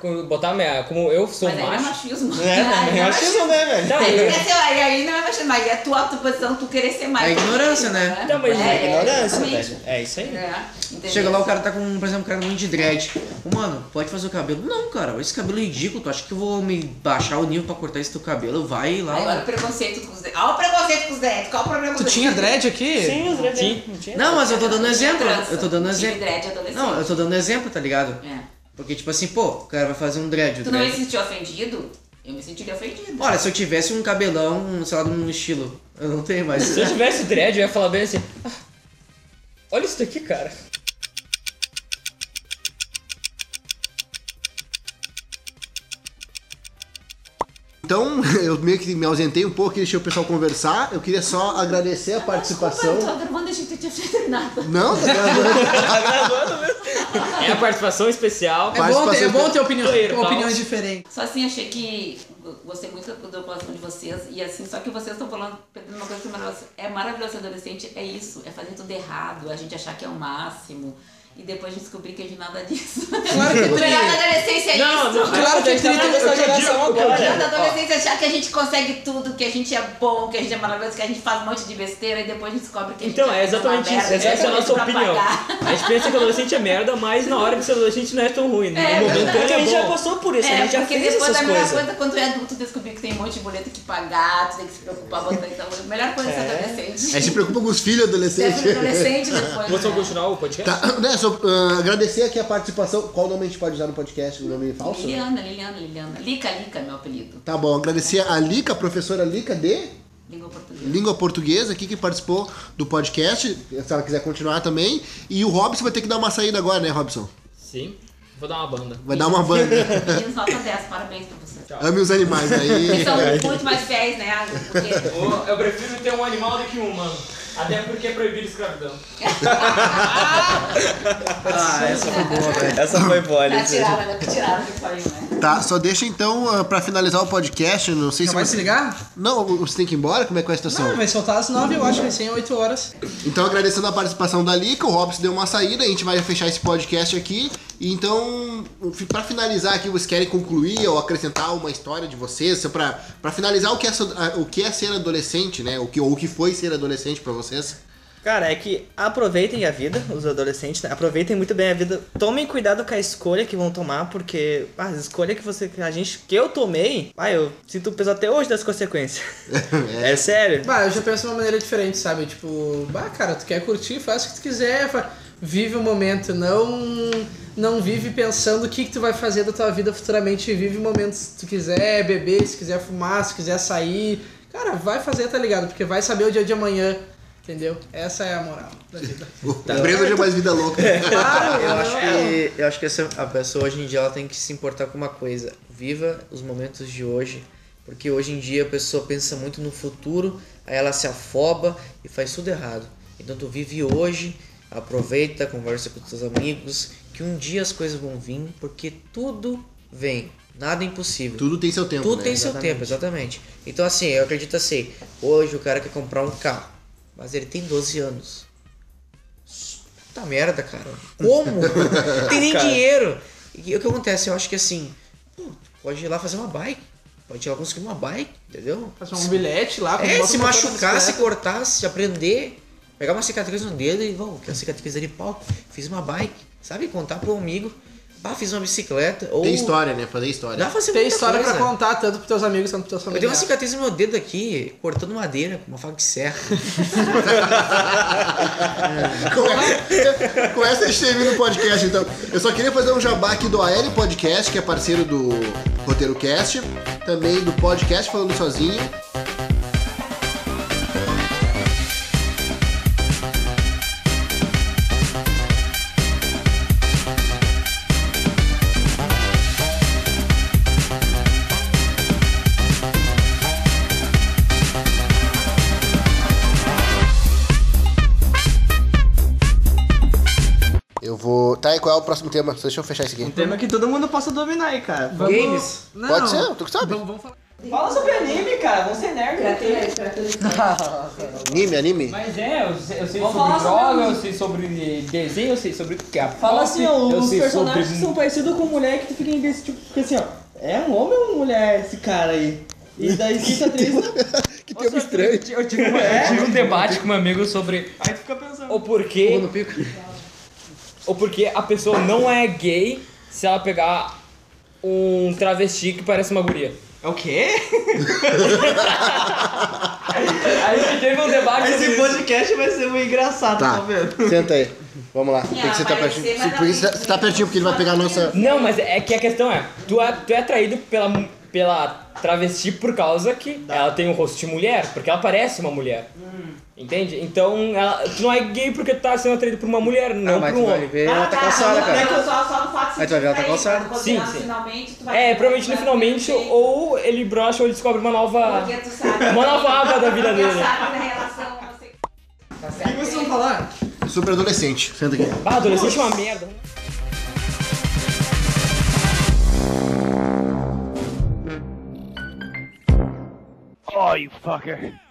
Speaker 4: Com- Botar minha. Como eu sou
Speaker 7: Mas aí não é
Speaker 4: macho.
Speaker 7: machismo.
Speaker 8: É,
Speaker 7: Aí não
Speaker 8: é machismo, né, velho?
Speaker 4: Tá,
Speaker 7: Aí,
Speaker 4: eu-
Speaker 7: quer ser- aí- aí não é machismo, aí é a tua posição, tu querer ser mais.
Speaker 5: É ignorância, né?
Speaker 4: Não, mas é
Speaker 8: Ignorância,
Speaker 7: exatamente.
Speaker 8: velho. É isso aí.
Speaker 7: É, entendeu?
Speaker 5: Chega lá, o cara tá com, por exemplo, um cara muito de dread. Ô, Mano, pode fazer o cabelo? Não, cara, esse cabelo é ridículo. Tu acha que eu vou me baixar o nível pra cortar esse teu cabelo? Vai lá.
Speaker 7: Aí, olha o preconceito com os dedos. Olha o preconceito com os dedos. Qual o problema com
Speaker 6: Tu
Speaker 7: os
Speaker 6: tinha dread aqui?
Speaker 8: Sim, os dreads.
Speaker 4: Sim.
Speaker 8: Não tinha.
Speaker 5: Não, mas eu tô dando exemplo.
Speaker 7: Trança.
Speaker 5: Eu tô dando
Speaker 7: Tive
Speaker 5: exemplo.
Speaker 7: dread adolescente.
Speaker 5: Não, eu tô dando exemplo, tá ligado?
Speaker 7: É.
Speaker 5: Porque, tipo assim, pô, o cara vai fazer um dread. o
Speaker 7: Tu não é
Speaker 5: dread.
Speaker 7: me sentiu ofendido? Eu me sentiria ofendido.
Speaker 5: Olha, se eu tivesse um cabelão, sei lá, num estilo. Eu não tenho mais.
Speaker 4: Se eu tivesse dread, eu ia falar bem assim. "Ah, olha isso daqui, cara.
Speaker 2: Então, eu meio que me ausentei um pouco e deixei o pessoal conversar. Eu queria só agradecer a participação.
Speaker 7: Desculpa, eu tô gravando, a gente tinha feito nada.
Speaker 2: Não, tá gravando.
Speaker 4: É a participação especial.
Speaker 6: É bom, ter, é
Speaker 2: Participação-
Speaker 6: bom ter opinião,
Speaker 4: Player, tá?
Speaker 6: opiniões diferentes.
Speaker 7: Só assim, achei que gostei muito da da colaboração de vocês. E assim, só que vocês estão falando, perdendo uma coisa que é maravilhosa. É maravilhoso ser adolescente, é isso. É fazer tudo errado, a gente achar que é o máximo. E depois a gente descobrir que é de nada disso.
Speaker 6: Claro que
Speaker 7: Melhor da
Speaker 6: tem.
Speaker 7: adolescência é
Speaker 4: Não,
Speaker 7: isso.
Speaker 4: não, claro que tem essa geração
Speaker 7: Melhor da
Speaker 4: agora.
Speaker 7: adolescência é achar que a gente consegue tudo, que a gente é bom, que a gente é maravilhoso, que a gente faz um monte de besteira e depois a gente descobre que a gente
Speaker 4: Então,
Speaker 7: é
Speaker 4: é exatamente
Speaker 7: uma
Speaker 4: isso.
Speaker 7: merda,
Speaker 4: Essa é a nossa
Speaker 7: pra
Speaker 4: opinião.
Speaker 7: pagar.
Speaker 4: A gente pensa que adolescente é merda, mas na hora de ser adolescente não é tão ruim.
Speaker 7: É,
Speaker 4: né? No momento
Speaker 7: verdade.
Speaker 8: Porque a
Speaker 4: é
Speaker 8: gente já
Speaker 4: bom.
Speaker 8: passou por isso, a
Speaker 7: É,
Speaker 8: gente já
Speaker 7: porque
Speaker 8: fez
Speaker 7: depois a
Speaker 8: essas
Speaker 7: melhor
Speaker 8: coisas.
Speaker 7: coisa quando é adulto descobrir que tem um monte de boleto que pagar, tu tem que se preocupar botando então. A melhor coisa é ser
Speaker 2: A gente se
Speaker 7: adolescente.
Speaker 2: preocupa com os filhos
Speaker 7: Você é
Speaker 2: adolescentes.
Speaker 7: adolescente depois.
Speaker 4: Vocês vão
Speaker 7: né?
Speaker 4: continuar o podcast?
Speaker 2: Tá, né, só, ah, agradecer aqui a participação. Qual nome a gente pode usar no podcast? O nome falso?
Speaker 7: Liliana, Liliana, Liliana. Lica, Lica é meu apelido.
Speaker 2: Tá bom, agradecer a Lica, a professora Lica de
Speaker 7: Língua portuguesa.
Speaker 2: Língua Portuguesa aqui que participou do podcast, se ela quiser continuar também. E o Robson vai ter que dar uma saída agora, né, Robson?
Speaker 4: Sim. Vou dar uma banda.
Speaker 2: Vai dar uma banda.
Speaker 7: Meninos, nota 10, parabéns pra vocês.
Speaker 2: Ame os animais
Speaker 7: Vocês
Speaker 2: aí.
Speaker 7: são muito mais fiéis, né? Porque
Speaker 4: Eu prefiro ter um animal do que um humano. Até porque é proibido escravidão.
Speaker 5: Ah, essa foi boa, velho.
Speaker 9: Essa foi boa,
Speaker 7: Tá
Speaker 9: Alice.
Speaker 7: tirada, né? Tirada que saiu, né?
Speaker 2: Tá, só deixa então ah, pra finalizar o podcast. Não sei
Speaker 6: Não
Speaker 2: se
Speaker 6: vai
Speaker 2: você-
Speaker 6: se ligar?
Speaker 2: Não, você tem que ir embora? Como é que é a situação?
Speaker 6: Não, vai soltar às 9, eu acho, recém 8 horas.
Speaker 2: Então, agradecendo a participação da Lica, o Robson deu uma saída, a gente vai fechar esse podcast aqui. E Então, fi- pra finalizar aqui, vocês querem concluir ou acrescentar uma história de vocês? Só Pra, pra finalizar, o que, é, so- a- o que é ser adolescente, né? O que, ou o que foi ser adolescente pra vocês?
Speaker 9: Cara, é que aproveitem a vida, os adolescentes, né? aproveitem muito bem a vida. Tomem cuidado com a escolha que vão tomar, porque ah, a escolha que você, que a gente, que eu tomei, ah, eu sinto o peso até hoje das consequências. é. sério.
Speaker 6: Bah, eu já penso de uma maneira diferente, sabe? Tipo, bah, cara, tu quer curtir, faz o que tu quiser, fa- vive o momento, não não vive pensando o que, que tu vai fazer da tua vida futuramente, vive o momento se tu quiser beber, se quiser fumar, se quiser sair. Cara, vai fazer, tá ligado? Porque vai saber o dia de amanhã, entendeu? Essa é a moral da vida.
Speaker 2: O
Speaker 5: Tá.
Speaker 2: Breno já é mais vida louca.
Speaker 6: Claro,
Speaker 5: Eu
Speaker 6: não,
Speaker 5: acho que, eu acho que essa, a pessoa hoje em dia ela tem que se importar com uma coisa. Viva os momentos de hoje. Porque hoje em dia a pessoa pensa muito no futuro, aí ela se afoba e faz tudo errado. Então tu vive hoje, aproveita, conversa com teus amigos, que um dia as coisas vão vir, porque tudo vem. Nada é impossível.
Speaker 2: Tudo tem seu tempo,
Speaker 5: Tudo
Speaker 2: né?
Speaker 5: tem seu tempo, exatamente. Então, assim, eu acredito assim: hoje o cara quer comprar um carro, mas ele tem 12 anos. Puta merda, cara. Como? Não tem nem dinheiro. E o que acontece? Eu acho que assim, pô, pode ir lá fazer uma bike. Pode ir lá conseguir uma bike, entendeu?
Speaker 6: Fazer um bilhete lá.
Speaker 5: É,
Speaker 6: bota
Speaker 5: se
Speaker 6: um motor na
Speaker 5: machucar, se
Speaker 6: bicicleta.
Speaker 5: cortar, se aprender, pegar uma cicatriz no dedo e, vão, que é uma cicatriz de pau, fiz uma bike, sabe? Contar pro amigo, ah, fiz uma bicicleta. Ou
Speaker 2: Tem história, né? Fazer
Speaker 5: Dá
Speaker 2: história.
Speaker 5: pra fazer
Speaker 6: Tem
Speaker 5: muita
Speaker 6: história
Speaker 5: coisa.
Speaker 6: pra contar, tanto pros teus amigos quanto pros teus
Speaker 5: Eu tenho uma
Speaker 6: familiares.
Speaker 5: cicatriz no meu dedo aqui, cortando madeira com uma faca de serra.
Speaker 2: Com essa, com essa a gente termina o podcast, então. Eu só queria fazer um jabá aqui do AL Podcast, que é parceiro do Roteiro Cast, também do podcast Falando Sozinho. Eu vou. Tá, e qual é o próximo tema? Deixa eu fechar isso aqui.
Speaker 9: Tema que todo mundo possa dominar aí, cara.
Speaker 6: Vamos-
Speaker 5: Games?
Speaker 6: Não.
Speaker 2: Pode ser, tu que sabe.
Speaker 6: Vamos, vamos falar.
Speaker 3: Fala sobre anime, cara. Vamos ser nerd.
Speaker 2: Anime, anime.
Speaker 4: Mas é, eu sei, eu sei
Speaker 3: Vamos
Speaker 4: sobre
Speaker 3: falar sobre
Speaker 4: droga, eu
Speaker 3: música.
Speaker 4: sei sobre desenho, eu sei sobre K-pop,
Speaker 3: Fala assim, ó,
Speaker 4: eu
Speaker 3: os
Speaker 4: sei
Speaker 3: personagens
Speaker 4: sobre...
Speaker 3: que são parecidos com mulher que tu fica imbecil, tipo, fica assim, ó, é um homem ou uma mulher esse cara aí? E daí fica triste.
Speaker 2: Que tema estranho.
Speaker 4: Eu tive, uma- eu tive um debate com meu amigo sobre
Speaker 3: É? aí tu fica pensando.
Speaker 4: o porquê,
Speaker 5: No pico.
Speaker 4: ou porque a pessoa não é gay se ela pegar um travesti que parece uma guria.
Speaker 3: É o quê?
Speaker 4: Aí a gente teve um debate sobre
Speaker 3: Esse
Speaker 4: isso.
Speaker 3: podcast vai ser muito engraçado, tá,
Speaker 2: Tá,
Speaker 3: vendo?
Speaker 2: senta aí. Vamos lá. Tem que sentar
Speaker 7: aparecer,
Speaker 2: pertinho.
Speaker 7: mas
Speaker 2: Por isso
Speaker 7: ela
Speaker 2: Você tá pertinho, porque ele vai pegar a nossa.
Speaker 4: Não, mas é que a questão é, tu é, tu é atraído pela, pela travesti por causa que ela tem um rosto de mulher, porque ela parece uma mulher. Entende? Então, ela- tu não é gay porque tu tá sendo atraído por uma mulher, não
Speaker 5: Ah, mas
Speaker 4: por
Speaker 5: tu
Speaker 4: um
Speaker 5: vai
Speaker 4: homem.
Speaker 5: ver, ela tá calçada, cara.
Speaker 7: é Só, só no fato de
Speaker 5: Aí tu vai ver, ela tá
Speaker 7: sentir
Speaker 5: calçada.
Speaker 7: pra ele,
Speaker 4: Sim,
Speaker 7: quando
Speaker 4: sim.
Speaker 7: Finalmente, tu vai
Speaker 4: É, provavelmente no finalmente, ou ele brocha ou ele descobre uma nova...
Speaker 7: Porque tu sabe.
Speaker 4: Uma nova aba da vida dele.
Speaker 7: Tu sabe da relação você. Tá certo?
Speaker 6: O que vocês vão falar?
Speaker 2: Super adolescente. Senta aqui.
Speaker 4: Ah, adolescente é uma merda.
Speaker 10: Oh, you fucker.